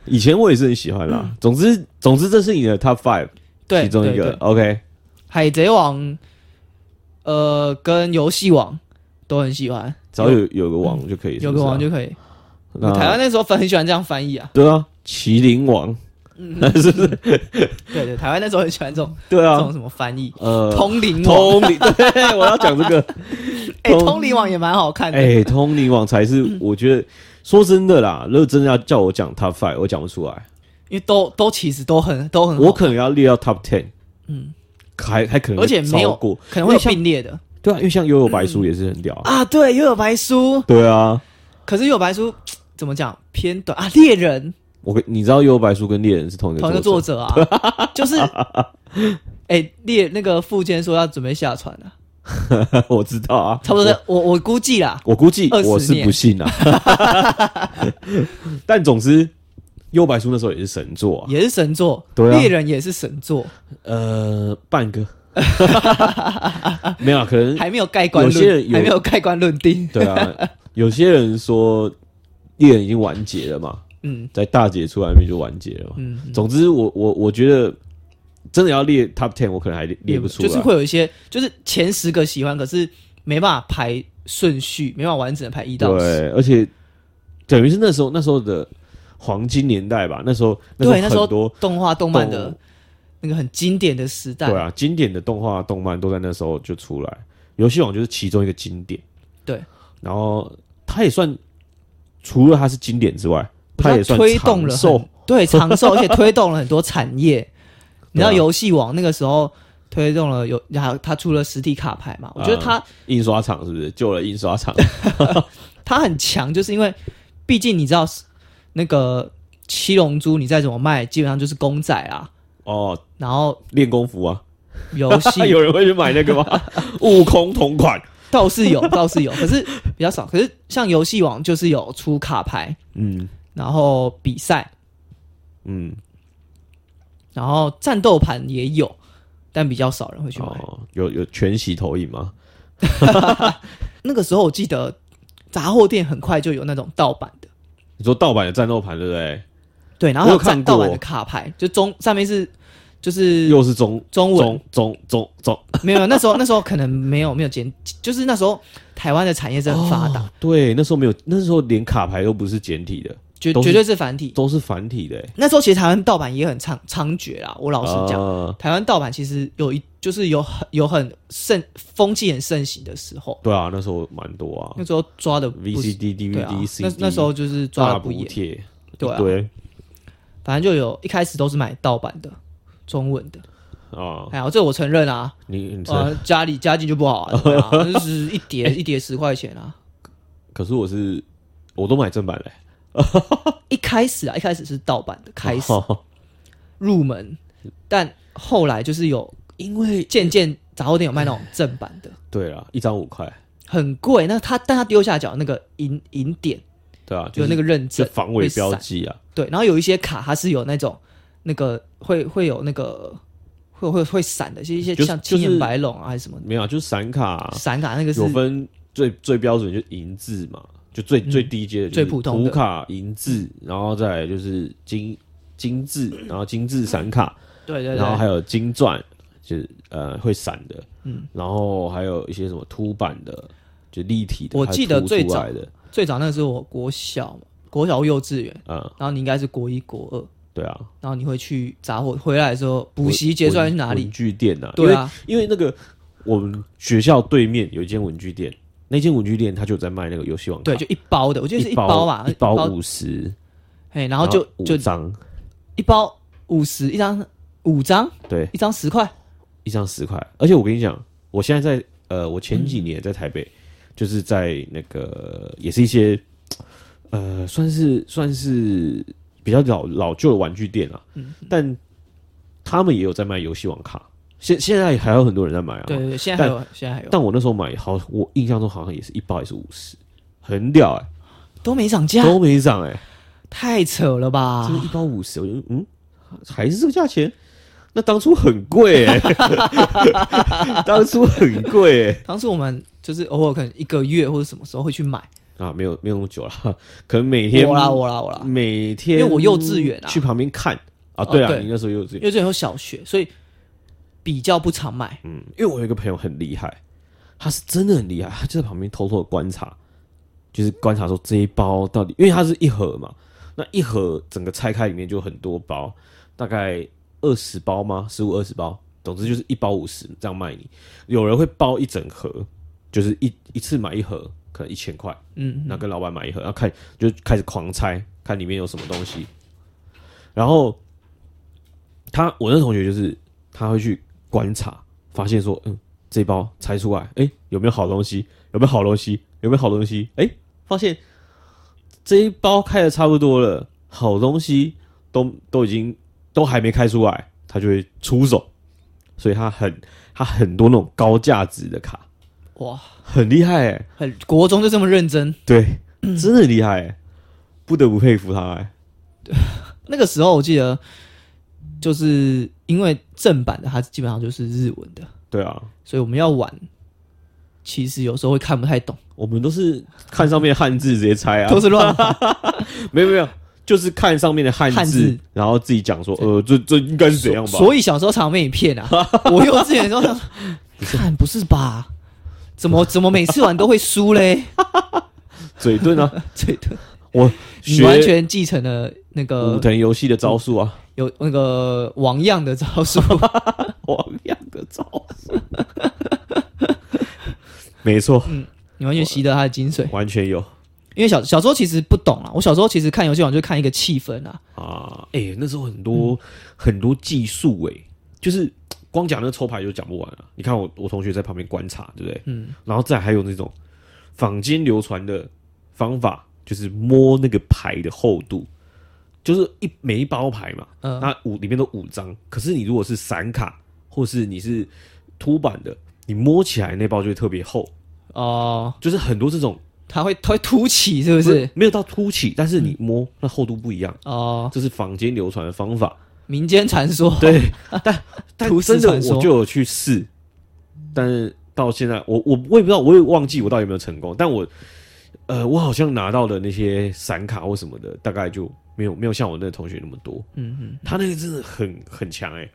Speaker 2: 以前我也是很喜欢啦。总之，总之这是你的 top five
Speaker 1: 嗯对，
Speaker 2: 其中一
Speaker 1: 对
Speaker 2: 个
Speaker 1: 对。
Speaker 2: OK，
Speaker 1: 海贼王，呃，跟游戏王都很喜欢，
Speaker 2: 只要有有个王就可以，
Speaker 1: 有个王就可以。
Speaker 2: 是不是啊
Speaker 1: 台湾
Speaker 2: 啊那
Speaker 1: 那时候很喜欢这样翻译啊，
Speaker 2: 对啊，麒麟王，
Speaker 1: 嗯
Speaker 2: 那 是不是？
Speaker 1: 对对，台湾那时候很喜欢这种
Speaker 2: 对
Speaker 1: 这
Speaker 2: 啊
Speaker 1: 种，什么翻译，
Speaker 2: 呃，
Speaker 1: 通灵王，
Speaker 2: 通灵， 对，我要讲这个。
Speaker 1: 哎、通灵王也蛮好 看的。嗯
Speaker 2: 哎，通灵王才是我觉得说真的啦，如果真的要叫我讲 top five，我讲不出来。
Speaker 1: 因为都都其实都很都很好，
Speaker 2: 我可能要列到 top ten，嗯，还还可能
Speaker 1: 而且没有
Speaker 2: 超过，
Speaker 1: 可能会有并列的
Speaker 2: 对啊，因为像悠悠白书也是很屌啊，
Speaker 1: 啊。对，又有白书，
Speaker 2: 对啊，
Speaker 1: 可是又有白书怎么讲偏短啊？猎人
Speaker 2: 我跟你知道悠悠白书跟猎人是同一个
Speaker 1: 同一个
Speaker 2: 作
Speaker 1: 作
Speaker 2: 者，
Speaker 1: 者啊，就是哎猎那个富坚说要准备下船了、
Speaker 2: 我知道啊，
Speaker 1: 差不多在我我估计啦，
Speaker 2: 我，我估计
Speaker 1: 20
Speaker 2: 我是不 信啊， 但总之悠悠白书那时候也是神作啊，
Speaker 1: 也是神作，
Speaker 2: 对啊
Speaker 1: 猎人也是神作，
Speaker 2: 呃，半 个，没有啊，可能
Speaker 1: 还没有盖棺
Speaker 2: 有些人
Speaker 1: 论，
Speaker 2: 有
Speaker 1: 还没有盖棺论定。
Speaker 2: 对啊，有些人说猎人已经完结了嘛，
Speaker 1: 嗯
Speaker 2: 在大姐出来那边就完结了嘛，
Speaker 1: 嗯，
Speaker 2: 总之我，我我觉得真的要列 top ten，我可能还列列不出来。
Speaker 1: 嗯就是会有一些，就是前十个喜欢，可是没办法排顺序，没办法完整的排一到十。
Speaker 2: 对，而且等于是那时候那时候的黄金年代吧，那时候
Speaker 1: 对，那时
Speaker 2: 时候
Speaker 1: 候
Speaker 2: 很多
Speaker 1: 动画动漫的
Speaker 2: 动
Speaker 1: 那个很经典的时代，
Speaker 2: 对啊，经典的动画动漫都在那时候就出来，游戏王就是其中一个经典。
Speaker 1: 对，
Speaker 2: 然后它也算除了它是经典之外，它也算
Speaker 1: 推动了
Speaker 2: 长寿
Speaker 1: 很 对长寿，而且推动了很多产 业。你知道
Speaker 2: 对啊
Speaker 1: 游戏王那个时候推动了有，还有它出了实体卡牌嘛？我
Speaker 2: 嗯
Speaker 1: 觉得它、
Speaker 2: 印刷厂是不是救了印 刷厂？
Speaker 1: 它很强，就是因为毕竟你知道那个七龙珠，你再怎么卖，基本上就是公仔啊。
Speaker 2: 哦，
Speaker 1: 然后
Speaker 2: 练功服啊，
Speaker 1: 游戏
Speaker 2: 有人会去买那 个吗？悟空同款，
Speaker 1: 倒是有， 倒是有，可是比较少。可是像游戏王就是有出卡牌，
Speaker 2: 嗯
Speaker 1: 然后比赛，
Speaker 2: 嗯。
Speaker 1: 然后战斗盘也有，但比较少人会去买。
Speaker 2: 哦，有有全息投影吗？
Speaker 1: 那个时候我记得杂货店很快就有那种盗版的，
Speaker 2: 你说盗版的战斗盘对不对？
Speaker 1: 对，然后还
Speaker 2: 我有看
Speaker 1: 战盗版的
Speaker 2: 过
Speaker 1: 卡牌，就中上面是就是
Speaker 2: 又是中
Speaker 1: 中文
Speaker 2: 中，中中中，
Speaker 1: 没有那时候那时候可能没有没有简，就是那时候台湾的产业是很发达，
Speaker 2: 哦对，那时候没有，那时候连卡牌都不是简体的，
Speaker 1: 绝
Speaker 2: 都是
Speaker 1: 绝对是繁体。
Speaker 2: 都是繁体的。欸
Speaker 1: 那时候其实台湾盗版也很猖猖獗啦，我老实讲。
Speaker 2: 啊
Speaker 1: 台湾盗版其实有一就是有很有很盛风气很盛行的时候，
Speaker 2: 对啊，那时候蛮多啊
Speaker 1: 那时候抓的不是
Speaker 2: ，VCD、
Speaker 1: 对啊
Speaker 2: DVD、，
Speaker 1: 那
Speaker 2: CD，
Speaker 1: 那时候就是抓
Speaker 2: 大
Speaker 1: 的不
Speaker 2: 补
Speaker 1: 严，
Speaker 2: 贴，
Speaker 1: 对啊，
Speaker 2: 对
Speaker 1: 反正就有一开始都是买盗版的中文的，
Speaker 2: 啊，
Speaker 1: 哎呀，这我承认啊，
Speaker 2: 你你
Speaker 1: 呃，家里家境就不好 啊，对啊就是一叠一叠十块钱啊，
Speaker 2: 可是我是我都买正版嘞，
Speaker 1: 一开始啊，一开始是盗版的开
Speaker 2: 哦
Speaker 1: 始入门，但后来就是有
Speaker 2: 因为
Speaker 1: 渐渐杂货店有卖那种正版的，
Speaker 2: 对啦，一张五块，
Speaker 1: 很贵。那他但他右下角那个银银点
Speaker 2: 对啊，就
Speaker 1: 有
Speaker 2: 是
Speaker 1: 那个认
Speaker 2: 就
Speaker 1: 证，
Speaker 2: 防伪
Speaker 1: 会散
Speaker 2: 标记啊，
Speaker 1: 对，然后有一些卡它是有那种那个会会有那个会会会闪的，就是一些
Speaker 2: 就是
Speaker 1: 像
Speaker 2: 就是
Speaker 1: 青眼白龙啊还是什么
Speaker 2: 没有啊，就是闪卡啊、
Speaker 1: 闪卡，那个是
Speaker 2: 有分最最标准就是银字嘛，就最、最低阶的就
Speaker 1: 嗯
Speaker 2: 是
Speaker 1: 最普通的嗯
Speaker 2: 图卡银字，然后再来就是金金字，然后金字闪卡，
Speaker 1: 对对对，
Speaker 2: 然后还有金钻，就是呃会闪的，嗯，然后还有一些什么凸版的，就立体的，
Speaker 1: 我
Speaker 2: 它
Speaker 1: 记得
Speaker 2: 凸
Speaker 1: 最
Speaker 2: 出
Speaker 1: 早
Speaker 2: 来的，
Speaker 1: 最早那个是我国小嘛国小或幼稚园，
Speaker 2: 嗯，
Speaker 1: 然后你应该是国一国二，
Speaker 2: 对啊，
Speaker 1: 然后你会去杂货回来的时候补习结束要去哪
Speaker 2: 文
Speaker 1: 里？
Speaker 2: 具店呐、啊，
Speaker 1: 对啊，
Speaker 2: 因为因为那个我们学校对面有一间文具店，那间文具店它就有在卖那个游戏王卡，
Speaker 1: 对，就一包的，我记得是
Speaker 2: 一
Speaker 1: 包吧，
Speaker 2: 一包五十，
Speaker 1: 嘿，然后就
Speaker 2: 五
Speaker 1: 就
Speaker 2: 张，
Speaker 1: 一包五十一张，五张
Speaker 2: 对，
Speaker 1: 一张十块，
Speaker 2: 一张十块。而且我跟你讲，我现在在呃，我前几年在台北，就是在那个也是一些呃，算是算是比较老老旧的玩具店啊，但他们也有在卖游戏王卡，现现在还有很多人在买啊。
Speaker 1: 对对对，现在还有现在还有，
Speaker 2: 但我那时候买好，我印象中好像也是一包也是五十，很屌哎、
Speaker 1: 都没涨价，
Speaker 2: 都没涨哎、
Speaker 1: 太扯了吧
Speaker 2: 这？一包五十，我就嗯，还是这个价钱。那当初很贵、欸，当初很贵、欸，
Speaker 1: 当时我们就是偶尔可能一个月或者什么时候会去买，
Speaker 2: 啊，没有没有那么久了，可能每天
Speaker 1: 我啦我啦我啦，
Speaker 2: 每天，
Speaker 1: 因为我幼稚园啊
Speaker 2: 去旁边看啊，
Speaker 1: 哦
Speaker 2: 对啊，
Speaker 1: 对
Speaker 2: 你那时候幼稚
Speaker 1: 因
Speaker 2: 园，
Speaker 1: 为这有小学，所以比较不常买。
Speaker 2: 嗯，因为我有一个朋友很厉害，他是真的很厉害，他就在旁边偷偷的观察，就是观察说这一包到底，因为它是一盒嘛，那一盒整个拆开里面就很多包，大概二十包吗？十五二十包，总之就是一包五十这样卖你。有人会包一整盒，就是一一次买一盒，可能一千块。
Speaker 1: 嗯，
Speaker 2: 那跟老板买一盒，然后看就开始狂拆，看里面有什么东西。然后他我那同学就是他会去观察，发现说，嗯，这包拆出来，哎、有没有好东西？有没有好东西？有没有好东西？哎、发现这一包开的差不多了，好东西都都已经都还没开出来，他就会出手。所以他很他很多那种高价值的卡，
Speaker 1: 哇，
Speaker 2: 很厉害哎、
Speaker 1: 很国中就这么认真。
Speaker 2: 对，
Speaker 1: 嗯
Speaker 2: 真的很厉害欸，不得不佩服他欸。
Speaker 1: 那个时候我记得，就是因为正版的它基本上就是日文的，
Speaker 2: 对啊，
Speaker 1: 所以我们要玩，其实有时候会看不太懂，
Speaker 2: 我们都是看上面汉字直接猜啊
Speaker 1: 都，是乱码
Speaker 2: 没有没有，就是看上面的汉
Speaker 1: 汉字
Speaker 2: 然后自己讲说，呃，这这应该是怎样吧？
Speaker 1: 所以小时候常被你骗 啊！我幼稚园的时候想说，看不是吧？怎么怎么每次玩都会输嘞？
Speaker 2: 嘴遁啊，
Speaker 1: 对对，
Speaker 2: 我
Speaker 1: 你完
Speaker 2: 学
Speaker 1: 全继承了那
Speaker 2: 武
Speaker 1: 个
Speaker 2: 藤游戏的招数啊，
Speaker 1: 有那个王样的招 数，
Speaker 2: 王样的招数，
Speaker 1: 呃
Speaker 2: 没错，
Speaker 1: 你完全习得他的精髓。
Speaker 2: 完全有
Speaker 1: 因为小小时候其实不懂啊，我小时候其实看游戏王就看一个气氛啊，
Speaker 2: 啊。哎，那时候很
Speaker 1: 嗯
Speaker 2: 多很多技术哎，就是光讲那个抽牌就讲不完了。你看我我同学在旁边观察，对不对？
Speaker 1: 嗯，
Speaker 2: 然后再还有那种坊间流传的方法，就是摸那个牌的厚度，就是一每一包牌嘛，
Speaker 1: 嗯
Speaker 2: 那五里面都五张，可是你如果是散卡或是你是凸版的，你摸起来那包就会特别厚，
Speaker 1: 哦、
Speaker 2: 就是很多这种
Speaker 1: 它会它会凸起，是不
Speaker 2: 不
Speaker 1: 是？
Speaker 2: 没有到凸起，但是你摸、那厚度不一样，
Speaker 1: 哦、
Speaker 2: 这是坊间流传的方法。
Speaker 1: 民间传说，
Speaker 2: 对， 但
Speaker 1: 都市
Speaker 2: 真
Speaker 1: 传
Speaker 2: 的
Speaker 1: 说
Speaker 2: 我就有去试，但是到现在我我我也不知道，我也忘记我到底有没有成功。但我呃，我好像拿到的那些闪卡或什么的，大概就没有没有像我那个同学那么多。
Speaker 1: 嗯嗯，
Speaker 2: 他那个真的很很强哎、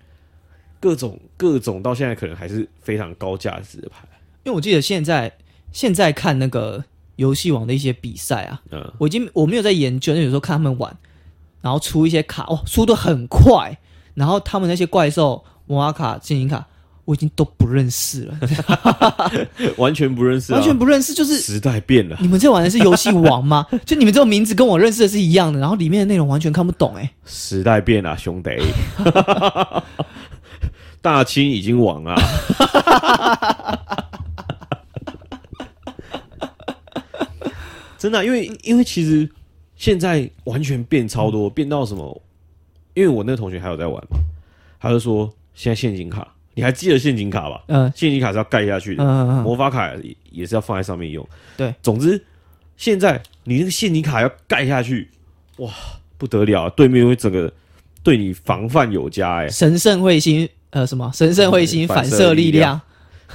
Speaker 2: 各种各种到现在可能还是非常高价值的牌。
Speaker 1: 因为我记得现在现在看那个游戏王的一些比赛啊，
Speaker 2: 嗯，
Speaker 1: 我已经我没有在研究，因为有时候看他们玩，然后出一些卡，哇，出的很快，然后他们那些怪兽、魔法卡、精灵卡，我已经都不认识 了，
Speaker 2: 完全不认识、啊，
Speaker 1: 完全不认识，就是
Speaker 2: 时代变了，
Speaker 1: 你们在玩的是游戏王吗？ 就你们这种名字跟我认识的是一样的，然后里面的内容完全看不懂哎、
Speaker 2: 时代变了，兄弟。 大清已经啊亡 了，真的啊、因为因为其实现在完全变超多，变到什么？因为我那个同学还有在玩嘛，他就说现在陷阱卡，你还记得陷阱卡吧？
Speaker 1: 嗯
Speaker 2: 陷阱卡是要盖下去
Speaker 1: 嗯
Speaker 2: 的，
Speaker 1: 嗯嗯，
Speaker 2: 魔法卡也也是要放在上面用。
Speaker 1: 对，
Speaker 2: 总之现在你那个陷阱卡要盖下去，哇，不得了，啊对面会整个对你防范有加哎、
Speaker 1: 神圣彗星呃什么神圣彗星
Speaker 2: 嗯反
Speaker 1: 反
Speaker 2: 射
Speaker 1: 射
Speaker 2: 力
Speaker 1: 力
Speaker 2: 量
Speaker 1: 量，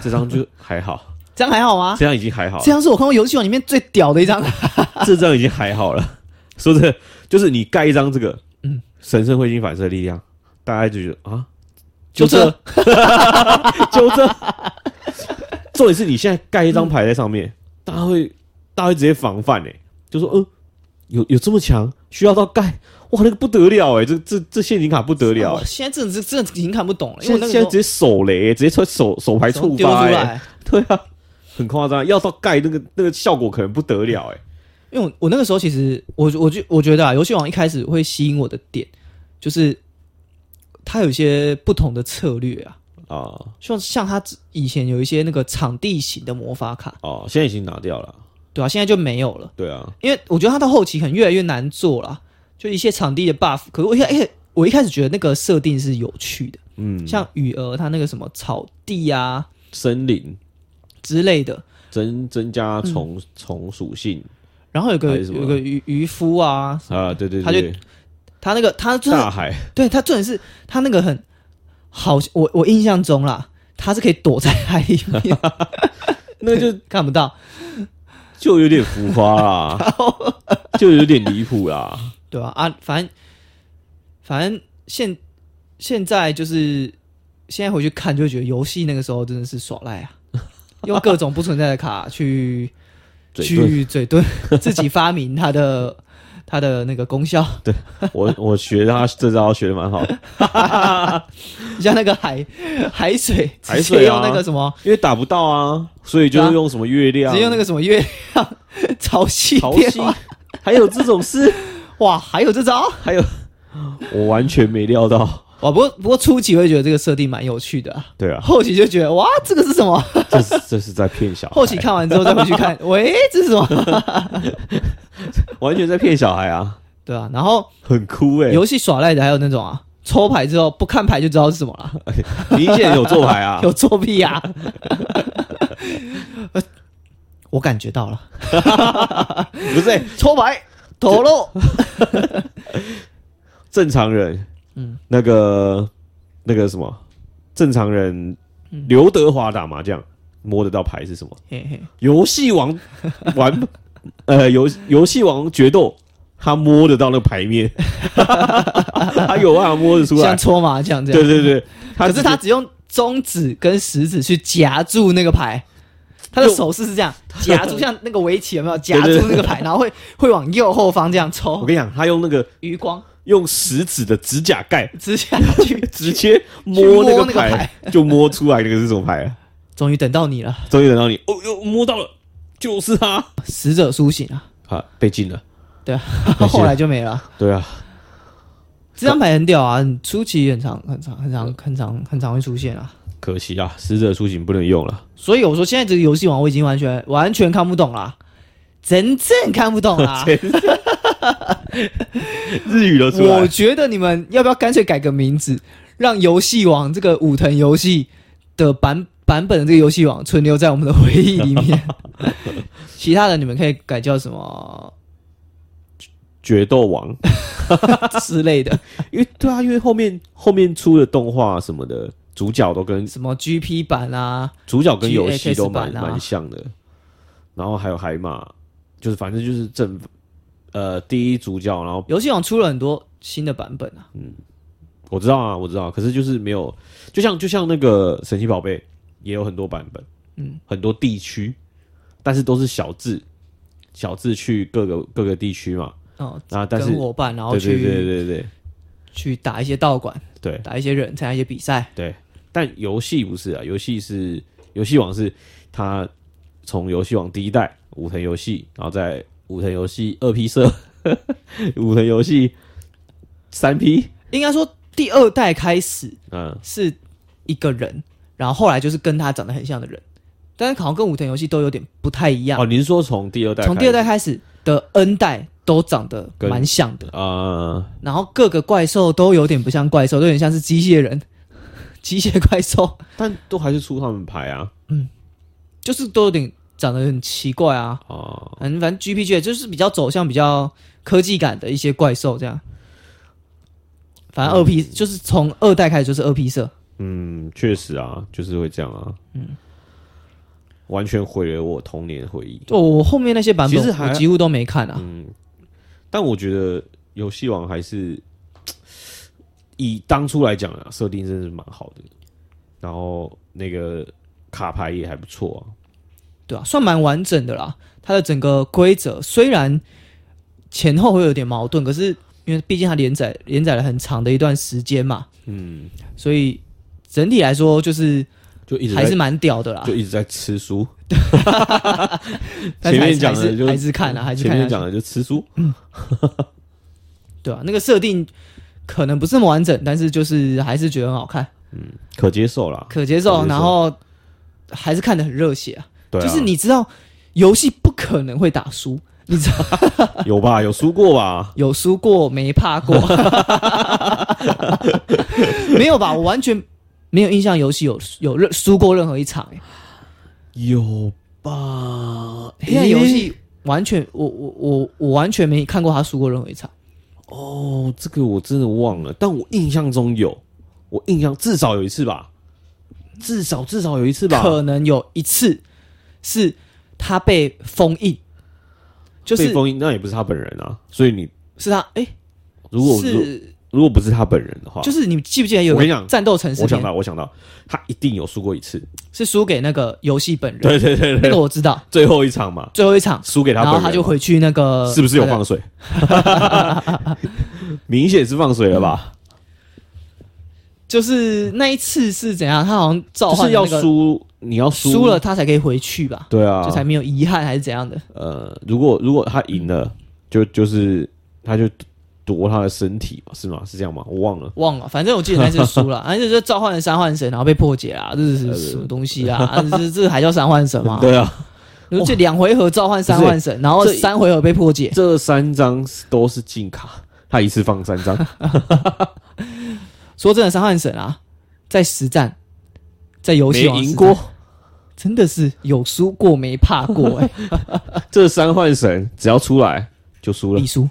Speaker 2: 这张就 还好，
Speaker 1: 这样还好吗？
Speaker 2: 这张已经还好了
Speaker 1: 啊这，张是我看过游戏王里面最屌的一 张，
Speaker 2: 这张已经还好了。说真的，就是你盖一张这个，嗯，神圣彗星反射力量，大家就觉得啊，
Speaker 1: 就
Speaker 2: 这， 就这。重点是你现在盖一张牌在上面，大家会，大家会直接防范诶、就说，嗯、有有这么强，需要到盖，哇，那个不得了诶、欸这这这陷阱卡不得 了、
Speaker 1: 哇
Speaker 2: 欸，
Speaker 1: 现在真的是真的已经看不懂了，因为那
Speaker 2: 现在
Speaker 1: 个
Speaker 2: 现在
Speaker 1: 时候
Speaker 2: 直接手雷、欸，直接从手手牌触
Speaker 1: 丢出
Speaker 2: 发、欸，
Speaker 1: 来，
Speaker 2: 对啊，很夸张，要到盖那个那个效果可能不得了欸诶、
Speaker 1: 因为我我那个时候其实我我觉我觉得啊，游戏王一开始会吸引我的点就是它有一些不同的策略啊，
Speaker 2: 啊
Speaker 1: 像像它以前有一些那个场地型的魔法卡，
Speaker 2: 哦，现在已经拿掉了，
Speaker 1: 对啊，现在就没有了，
Speaker 2: 对啊，
Speaker 1: 因为我觉得它到后期很越来越难做啦，就一些场地的 buff，可是我一开哎我一开始觉得那个设定是有趣的，
Speaker 2: 嗯，
Speaker 1: 像雨儿它那个什么草地啊
Speaker 2: 森林
Speaker 1: 之类的，
Speaker 2: 增增加
Speaker 1: 嗯
Speaker 2: 虫虫属性
Speaker 1: 然后有
Speaker 2: 还
Speaker 1: 个
Speaker 2: 是什么
Speaker 1: 有个渔渔夫啊，
Speaker 2: 啊，对对
Speaker 1: 他就
Speaker 2: 对，
Speaker 1: 他那个他真
Speaker 2: 大
Speaker 1: 的
Speaker 2: 海
Speaker 1: 对他重点是他那个很好，我我印象中啦，他是可以躲在海里面
Speaker 2: 那个就
Speaker 1: 看不到，
Speaker 2: 就有点浮夸 啦，就有点离谱啦。
Speaker 1: 对吧、啊？反正反正现现在就是现在回去看就会觉得游戏那个时候真的是耍赖啊，用各种不存在的卡去
Speaker 2: 嘴遁，
Speaker 1: 去嘴遁，自己发明它的它的那个功效，
Speaker 2: 我我学他这招学的蛮好的，
Speaker 1: 像那个海海水，
Speaker 2: 海
Speaker 1: 直
Speaker 2: 水啊
Speaker 1: 接用那个什么。
Speaker 2: 因为打不到啊，所以就
Speaker 1: 对
Speaker 2: 是
Speaker 1: 啊
Speaker 2: 用什么月亮，
Speaker 1: 直接用那个什么月亮 潮汐
Speaker 2: 潮
Speaker 1: 电
Speaker 2: 汐
Speaker 1: 话，，
Speaker 2: 还有这种事，
Speaker 1: 哇，还有这招
Speaker 2: 还有我完全没料到。
Speaker 1: 哇！不过不过初期会觉得这个设定蛮有趣的啊、
Speaker 2: 对啊，
Speaker 1: 后期就觉得哇，这个是什么？
Speaker 2: 这是这是在骗小孩，
Speaker 1: 后期看完之后再回去看，喂，这是什么？
Speaker 2: 完全在骗小孩啊，
Speaker 1: 对啊，然后
Speaker 2: 很酷哎、
Speaker 1: 游戏耍赖的还有那种啊，抽牌之后不看牌就知道是什么了，
Speaker 2: 明显有做
Speaker 1: ，
Speaker 2: 牌啊
Speaker 1: 有作弊 啊！呃我感觉到了，
Speaker 2: 不是欸、
Speaker 1: 抽牌抖漏，
Speaker 2: 正常人，嗯，那个那个什么，正常人，
Speaker 1: 嗯
Speaker 2: 刘德华打麻将摸得到牌是什么？
Speaker 1: 嘿嘿，
Speaker 2: 游戏王玩， 呃，游游戏王决斗，他摸得到那牌面， 他有办法摸得出来
Speaker 1: 像。搓麻将这
Speaker 2: 对
Speaker 1: 样。
Speaker 2: 对对，
Speaker 1: 可
Speaker 2: 只
Speaker 1: 是他只用中指跟食指去夹住那个牌，他的手势是这样夹 住，像那个围棋有没有夹住那个牌，然后会会往右后方这样
Speaker 2: 我
Speaker 1: 抽，
Speaker 2: 跟你讲，他用那个
Speaker 1: 余光
Speaker 2: 用食指的指甲盖。
Speaker 1: 直下去
Speaker 2: 直接摸
Speaker 1: 摸
Speaker 2: 那个
Speaker 1: 那个
Speaker 2: 牌，就摸出来那个是什么牌啊了。
Speaker 1: 终于等到你了，
Speaker 2: 终于等到你，哦哟，摸到了，就是他。
Speaker 1: 死者苏醒 啊！
Speaker 2: 啊，被禁了。
Speaker 1: 对啊，
Speaker 2: 没事
Speaker 1: 后来就没了。
Speaker 2: 对啊，
Speaker 1: 这张牌很屌啊，很初期很常很常很常很常很常会出现啊。
Speaker 2: 可惜啊，死者苏醒不能用了，
Speaker 1: 所以我说现在这个游戏王我已经完全完全看不懂啦，真正看不懂
Speaker 2: 啊
Speaker 1: 啦。
Speaker 2: 日语都出
Speaker 1: 我
Speaker 2: 来。
Speaker 1: 觉得你们要不要干脆改个名字，让游戏王这个武藤游戏的版版本的这个游戏王存留在我们的回忆里 面。其他的你们可以改叫什么
Speaker 2: 决斗王，
Speaker 1: 之类的，
Speaker 2: 因为对啊，因为后面后面出的动画什么的，主角都跟
Speaker 1: 什么 GP 版啊，
Speaker 2: 主角跟游戏都蛮
Speaker 1: GX 版啊
Speaker 2: 蛮像的，然后还有海马，就是反正就是正呃第一主角，然后
Speaker 1: 游戏王出了很多新的版本啊。
Speaker 2: 我知道啊，我知道，可是就是没有，就像就像那个神奇宝贝也有很多版本，嗯，很多地区，但是都是小智小智去各个各个地区嘛，
Speaker 1: 哦，
Speaker 2: 啊，但是
Speaker 1: 跟伙伴，然后
Speaker 2: 对
Speaker 1: 去
Speaker 2: 对对对对
Speaker 1: 去打一些道馆，
Speaker 2: 对，
Speaker 1: 打一些人，参加一些比赛。
Speaker 2: 但游戏不是啊，游戏是游戏王是它从游戏王第一代武藤游戏，然后在武藤游戏二 P 社、 武藤游戏三 P，
Speaker 1: 应该说第二代开始
Speaker 2: 嗯，
Speaker 1: 是一个人，然后后来就是跟他长得很像的人，但是好像跟武藤游戏都有点不太一样
Speaker 2: 哦哦，。您说从第二代开始，
Speaker 1: 从第二代开始，的 N 代都长得
Speaker 2: 跟
Speaker 1: 蛮像的，
Speaker 2: 呃，
Speaker 1: 然后各个怪兽都有点不像怪兽，都有点像是机械人、机械怪兽，
Speaker 2: 但都还是出他们牌啊
Speaker 1: 就是都有点长得很奇怪啊。
Speaker 2: 啊、哦
Speaker 1: 嗯，反正 GPG 就是比较走向比较科技感的一些怪兽这样。反正二 P、就是从二代开始就是二 P 色，
Speaker 2: 嗯，确实啊，就是会这样啊，嗯，完全毁了我童年的回忆。
Speaker 1: 就我后面那些版
Speaker 2: 其实
Speaker 1: 本
Speaker 2: 还嗯
Speaker 1: 我几乎都没看啊。
Speaker 2: 但我觉得游戏王还是以当初来讲啊，设定真的是蛮好的，然后那个卡牌也还不错啊。
Speaker 1: 对啊，算蛮完整的啦。它的整个规则虽然前后会有点矛盾，可是因为毕竟它连载连载了很长的一段时间嘛，
Speaker 2: 嗯，
Speaker 1: 所以整体来说就是
Speaker 2: 就一直在
Speaker 1: 还是蛮屌的啦
Speaker 2: 就。一直在 吃书。
Speaker 1: 但是还
Speaker 2: 前面
Speaker 1: 是
Speaker 2: 讲
Speaker 1: 还
Speaker 2: 的就是嗯
Speaker 1: 还是看了，啊还是
Speaker 2: 前
Speaker 1: 看
Speaker 2: 面
Speaker 1: 下去
Speaker 2: 讲的就吃书，
Speaker 1: 对啊，那个设定可能不是那么完整，但是就是还是觉得很好看，
Speaker 2: 可接受啦。
Speaker 1: 可接
Speaker 2: 可
Speaker 1: 受，
Speaker 2: 接受
Speaker 1: 然后还是看得很热血啊。
Speaker 2: 对啊，
Speaker 1: 就是你知道游戏不可能会打输，你知道
Speaker 2: 有吧？有输过吧？
Speaker 1: 有输过没怕 过，没有吧？我完全没有印象游戏有有任输过任何一场、欸，
Speaker 2: 有吧？
Speaker 1: 黑暗游戏完全我我我我完全没看过他输过任何一场。
Speaker 2: 哦，这个我真的忘了，但我印象中有，我印象至少有一次吧，至少至少有一次吧。
Speaker 1: 可能有一次是他被封印，就
Speaker 2: 被
Speaker 1: 是
Speaker 2: 封印，那也不是他本人啊。所以你
Speaker 1: 是他哎、
Speaker 2: 如果如
Speaker 1: 是
Speaker 2: 如果不是他本人的话，
Speaker 1: 就是你记不记得有
Speaker 2: 我跟你讲
Speaker 1: 战斗城市
Speaker 2: 我想
Speaker 1: 篇
Speaker 2: 到我想到他一定有输过一次。
Speaker 1: 是输给那个游戏本人，
Speaker 2: 对对对
Speaker 1: 那
Speaker 2: 对，
Speaker 1: 个我知道，
Speaker 2: 最后一场嘛，
Speaker 1: 最后一场，
Speaker 2: 输给他
Speaker 1: 然后
Speaker 2: 本人，
Speaker 1: 他就呃回去那个
Speaker 2: 是不是有
Speaker 1: 他的
Speaker 2: 放水？ 明显是放水了
Speaker 1: 嗯
Speaker 2: 吧？
Speaker 1: 就是那一次是怎样？他好像召
Speaker 2: 就是
Speaker 1: 唤
Speaker 2: 要
Speaker 1: 那个
Speaker 2: 输，你要输
Speaker 1: 输了，他才可以回去吧？
Speaker 2: 对啊
Speaker 1: 就，才没有遗憾还是怎样的？
Speaker 2: 呃，如果如果他赢了，就就是他就夺他的身体嘛，是吗？是这样吗？我忘了。
Speaker 1: 忘了，反正我记得那次输 了，反正就是召唤了三幻神，然后被破解啊，这是什么东西啊？啊这这还叫三幻神吗？
Speaker 2: 对啊，
Speaker 1: 然后这两回合召唤三幻神，然后
Speaker 2: 这
Speaker 1: 三回合被破解，
Speaker 2: 这三张都是禁卡，他一次放三 张，
Speaker 1: 说真的，三幻神啊，在实战，在游
Speaker 2: 没
Speaker 1: 戏王
Speaker 2: 赢
Speaker 1: 实
Speaker 2: 过
Speaker 1: 战。真的是有输过没怕过 哎、
Speaker 2: 这三幻神只要出来就输了
Speaker 1: 必，输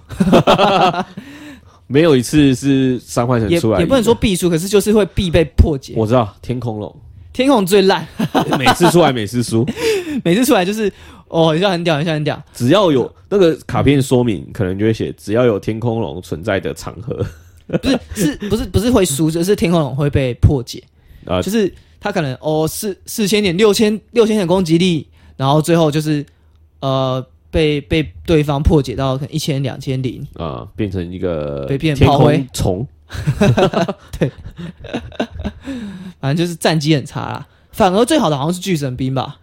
Speaker 2: 没有一次是三幻神
Speaker 1: 也
Speaker 2: 出来
Speaker 1: 也不能
Speaker 2: 赢的
Speaker 1: 说。必输，可是就是会必被破解。
Speaker 2: 我知道天空龙
Speaker 1: 天空最烂，
Speaker 2: 每次出来每 次输，
Speaker 1: 每次出来就是哦，很像很屌，很像很屌，
Speaker 2: 只要有那个卡片说明，可能就会写只要有天空龙存在的场合
Speaker 1: 不是是不是不是会输，就是天空龙会被破解，
Speaker 2: 啊，
Speaker 1: 就是他可能哦四四千点六千六千点攻击力，然后最后就是呃被被对方破解到可能一千两千零，
Speaker 2: 啊、变成一个
Speaker 1: 被变
Speaker 2: 天
Speaker 1: 炮灰
Speaker 2: 空虫，
Speaker 1: 反正就是战绩很差啦。反而最好的好像是巨神兵吧，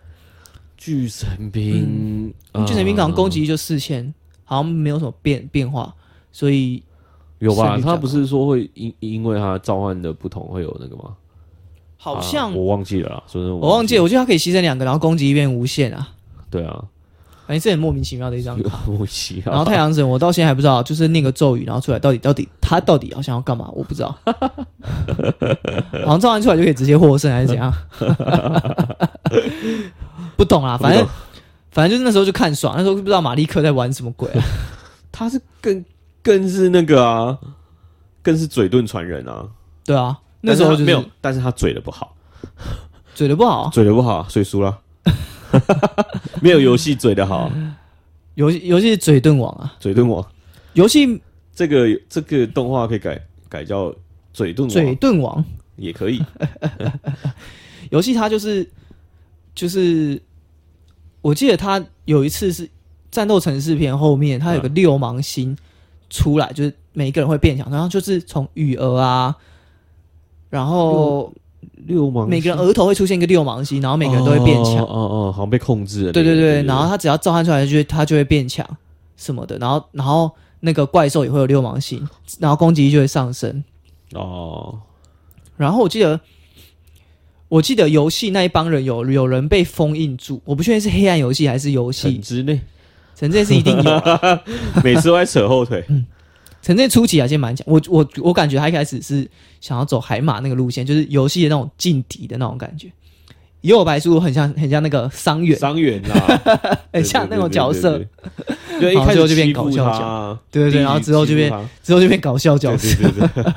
Speaker 2: 巨神兵，
Speaker 1: 因为巨神兵啊好像
Speaker 2: 港
Speaker 1: 攻击力就四千，好像没有什么变变化，所以
Speaker 2: 啊有吧？
Speaker 1: 胜率
Speaker 2: 他
Speaker 1: 战
Speaker 2: 不是说会因因为他召唤的不同会有那个吗？
Speaker 1: 好
Speaker 2: 啊
Speaker 1: 像、
Speaker 2: 我忘记了啦，说真的
Speaker 1: 我忘记了，我记得他可以牺牲两个，然后攻击力变无限啊，
Speaker 2: 对啊，
Speaker 1: 反正是很莫名其妙的一张卡。
Speaker 2: 莫西啊，
Speaker 1: 然后太阳神，我到现在还不知道，就是念个咒语，然后出来到底到底他到底要想要干嘛，我不知道。 好像召唤出来就可以直接获胜，还是怎样？ 不懂啦，
Speaker 2: 不懂
Speaker 1: 反正反正就是那时候就看爽，那时候不知道马利克在玩什么鬼、啊。
Speaker 2: 他是更更是那个啊，更是嘴遁传人啊。
Speaker 1: 对啊，那时候就是
Speaker 2: 但他
Speaker 1: 是
Speaker 2: 没有，但是哦他嘴的不好，
Speaker 1: 嘴的不好，啊
Speaker 2: 嘴的不好，所以输 了。没有游戏嘴的好，
Speaker 1: 游戏游戏是嘴遁王啊，
Speaker 2: 嘴遁王
Speaker 1: 游戏
Speaker 2: 这个这个动画可以改改叫嘴遁
Speaker 1: 嘴
Speaker 2: 王
Speaker 1: 遁王，
Speaker 2: 也可以。
Speaker 1: 游戏它就是就是，我记得它有一次是战斗城市篇后面，它有个六芒星出来，就是每一个人会变强，然后就是从羽儿啊，然后
Speaker 2: 六芒
Speaker 1: 每个人额头会出现一个六芒星，然后每个人都会变强
Speaker 2: 哦。哦哦，好像被控制了。
Speaker 1: 对对
Speaker 2: 那个
Speaker 1: 对，然后他只要召唤出来，就会他就会变强什么的，然后然后那个怪兽也会有六芒星，然后攻击力就会上升。
Speaker 2: 哦，
Speaker 1: 然后我记得，我记得游戏那一帮人有有人被封印住，我不确定是黑暗游戏还是游
Speaker 2: 城
Speaker 1: 戏，
Speaker 2: 之内
Speaker 1: 陈建是一定有 啊，
Speaker 2: 每次都在扯后 腿。
Speaker 1: 陈建初期还是蛮强，我我我感觉他一开始是想要走海马那个路线，就是游戏的那种劲敌的那种感觉。右白叔很像很像那个伤员，
Speaker 2: 伤员啦，
Speaker 1: 很哎像那种角色，
Speaker 2: 对，对对对对一
Speaker 1: 然后
Speaker 2: 开
Speaker 1: 之
Speaker 2: 始
Speaker 1: 后就变
Speaker 2: 欺负
Speaker 1: 搞笑
Speaker 2: 他
Speaker 1: 角对对对，然后
Speaker 2: 第一集
Speaker 1: 之后就变
Speaker 2: 欺负
Speaker 1: 之后就变搞笑角
Speaker 2: 他
Speaker 1: 色，
Speaker 2: 对对 对对，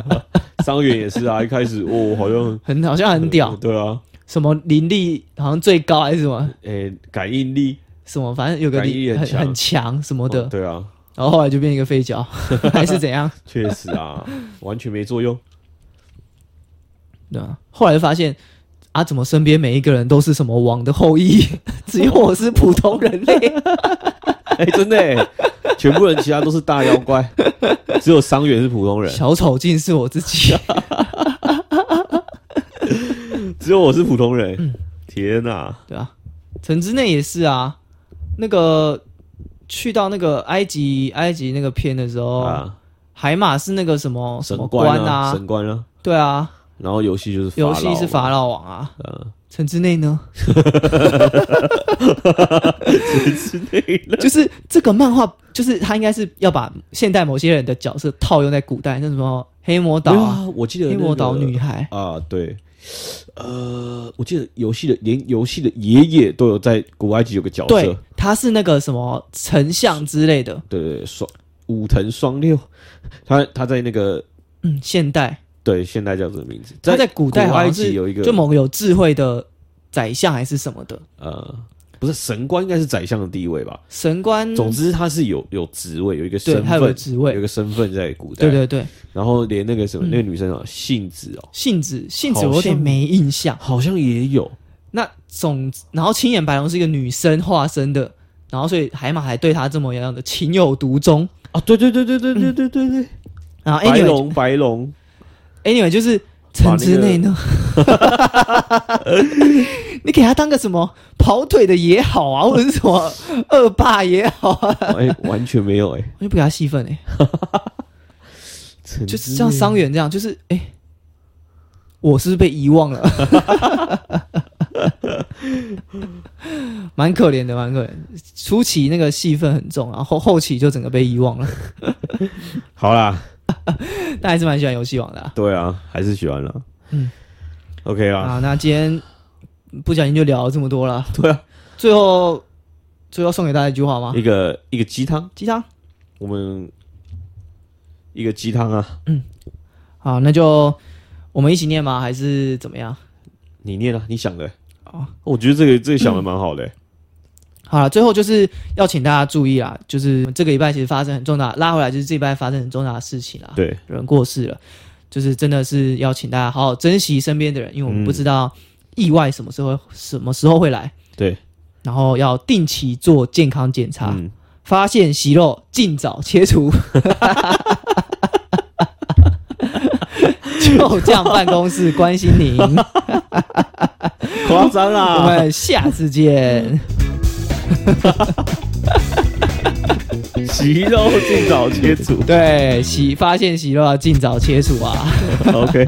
Speaker 2: 伤员也是啊，一开始哦，好像
Speaker 1: 很好像很屌，
Speaker 2: 对啊，
Speaker 1: 什么灵力好像最高还是什么
Speaker 2: 诶，感应力
Speaker 1: 什么，反正有个
Speaker 2: 感应
Speaker 1: 力
Speaker 2: 力很
Speaker 1: 很
Speaker 2: 强
Speaker 1: 很强什么的
Speaker 2: 哦，对啊，
Speaker 1: 然后后来就变一个废 角，还是怎样，
Speaker 2: 确实啊， 完全没作用。
Speaker 1: 对吧？后来就发现啊，怎么身边每一个人都是什么王的后裔， 只有我是普通人 类。
Speaker 2: 哎，真的耶，全部人其他都是大妖怪，只有伤员是普通人，
Speaker 1: 小丑竟是我自己，
Speaker 2: 只有我是普通人。天哪，
Speaker 1: 对啊，城之内也是啊，那个去到那个埃及埃及那个片的时候，
Speaker 2: 啊，
Speaker 1: 海马是那个什么哦什
Speaker 2: 神
Speaker 1: 么
Speaker 2: 官
Speaker 1: 啊，
Speaker 2: 神官啊，
Speaker 1: 对啊，
Speaker 2: 然后游戏就是法
Speaker 1: 游戏
Speaker 2: 老
Speaker 1: 是
Speaker 2: 嘛
Speaker 1: 法老王啊，
Speaker 2: 嗯
Speaker 1: 城之内呢？城
Speaker 2: 啊
Speaker 1: 之内就是这个漫画，就是他应该是要把现代某些人的角色套用在古代，那什么黑魔岛
Speaker 2: 没有
Speaker 1: 啊、
Speaker 2: 啊，我记得
Speaker 1: 黑
Speaker 2: 那
Speaker 1: 魔
Speaker 2: 个
Speaker 1: 岛女孩，
Speaker 2: 啊，对，呃，我记得游戏的连游戏的爷爷都有在古埃及有个角色
Speaker 1: 对，，她是那个什么丞相之类的，
Speaker 2: 对对对，双武藤双六，他他在那个
Speaker 1: 嗯，现代。
Speaker 2: 对现代叫什么名字？
Speaker 1: 他
Speaker 2: 在
Speaker 1: 在古
Speaker 2: 古
Speaker 1: 代好
Speaker 2: 埃
Speaker 1: 像
Speaker 2: 及
Speaker 1: 是
Speaker 2: 有一个
Speaker 1: 就某个有智慧的宰相还是什么的
Speaker 2: 呃，不是神官应该是宰相的地位吧？
Speaker 1: 神官，
Speaker 2: 总之他是有有职位，有一个
Speaker 1: 嗯对
Speaker 2: 身
Speaker 1: 他有个
Speaker 2: 份，
Speaker 1: 职
Speaker 2: 有一
Speaker 1: 位，
Speaker 2: 个身份在古代。
Speaker 1: 对对对，
Speaker 2: 然后连那个什么
Speaker 1: 嗯
Speaker 2: 那个女生啊，杏子哦，
Speaker 1: 信子信子
Speaker 2: 好
Speaker 1: 我有点
Speaker 2: 像
Speaker 1: 没印象。
Speaker 2: 好像也有
Speaker 1: 那总然后青眼白龙是一个女生化身的，然后所以海马还对她这么样的情有独钟。
Speaker 2: 啊，对对对对对对对对对，
Speaker 1: 然后
Speaker 2: 白
Speaker 1: anyway
Speaker 2: 龙白龙
Speaker 1: anyway 就是城之内呢，你给他当个什么跑腿的也好啊，或者是什么恶霸也好啊，
Speaker 2: 哎，完全没有哎，
Speaker 1: 我就不给他戏份哎、
Speaker 2: 就
Speaker 1: 就是像伤员这样，就是哎、欸我是不是被遗忘了？ 蛮可怜的，蛮可怜。初期那个戏份很重，然啊后后期就整个被遗忘了。
Speaker 2: 好啦，
Speaker 1: 但还是蛮喜欢游戏王的啊、
Speaker 2: 对啊，还是喜欢啦。
Speaker 1: 嗯
Speaker 2: ，OK
Speaker 1: 啊
Speaker 2: 啦，
Speaker 1: 那今天不小心就聊了这么多了。
Speaker 2: 对啊，
Speaker 1: 最后，最后送给大家一句话吗
Speaker 2: 一？个一个鸡汤，
Speaker 1: 鸡汤。
Speaker 2: 我们一个鸡汤啊，
Speaker 1: 好，那就我们一起念吗？还是怎么样？
Speaker 2: 你念啊，你想的。
Speaker 1: 哦嗯
Speaker 2: 哦，我觉得这个这个想的蛮好的欸，
Speaker 1: 好了，最后就是要请大家注意啦，就是这个礼拜其实发生很重大，拉回来就是这礼拜发生很重大的事情啦。
Speaker 2: 对，
Speaker 1: 有人过世了，就是真的是要请大家好好珍惜身边的人，因为我们
Speaker 2: 嗯
Speaker 1: 不知道意外什么时候什么时候会来。
Speaker 2: 对，
Speaker 1: 然后要定期做健康检查，
Speaker 2: 嗯，
Speaker 1: 发现息肉尽早切除。就这样，办公室关心您，我
Speaker 2: 夸张啊 啦，
Speaker 1: 们下次见。
Speaker 2: 息肉尽早切除
Speaker 1: 对，息发现息肉要尽早切除啊。
Speaker 2: ，OK，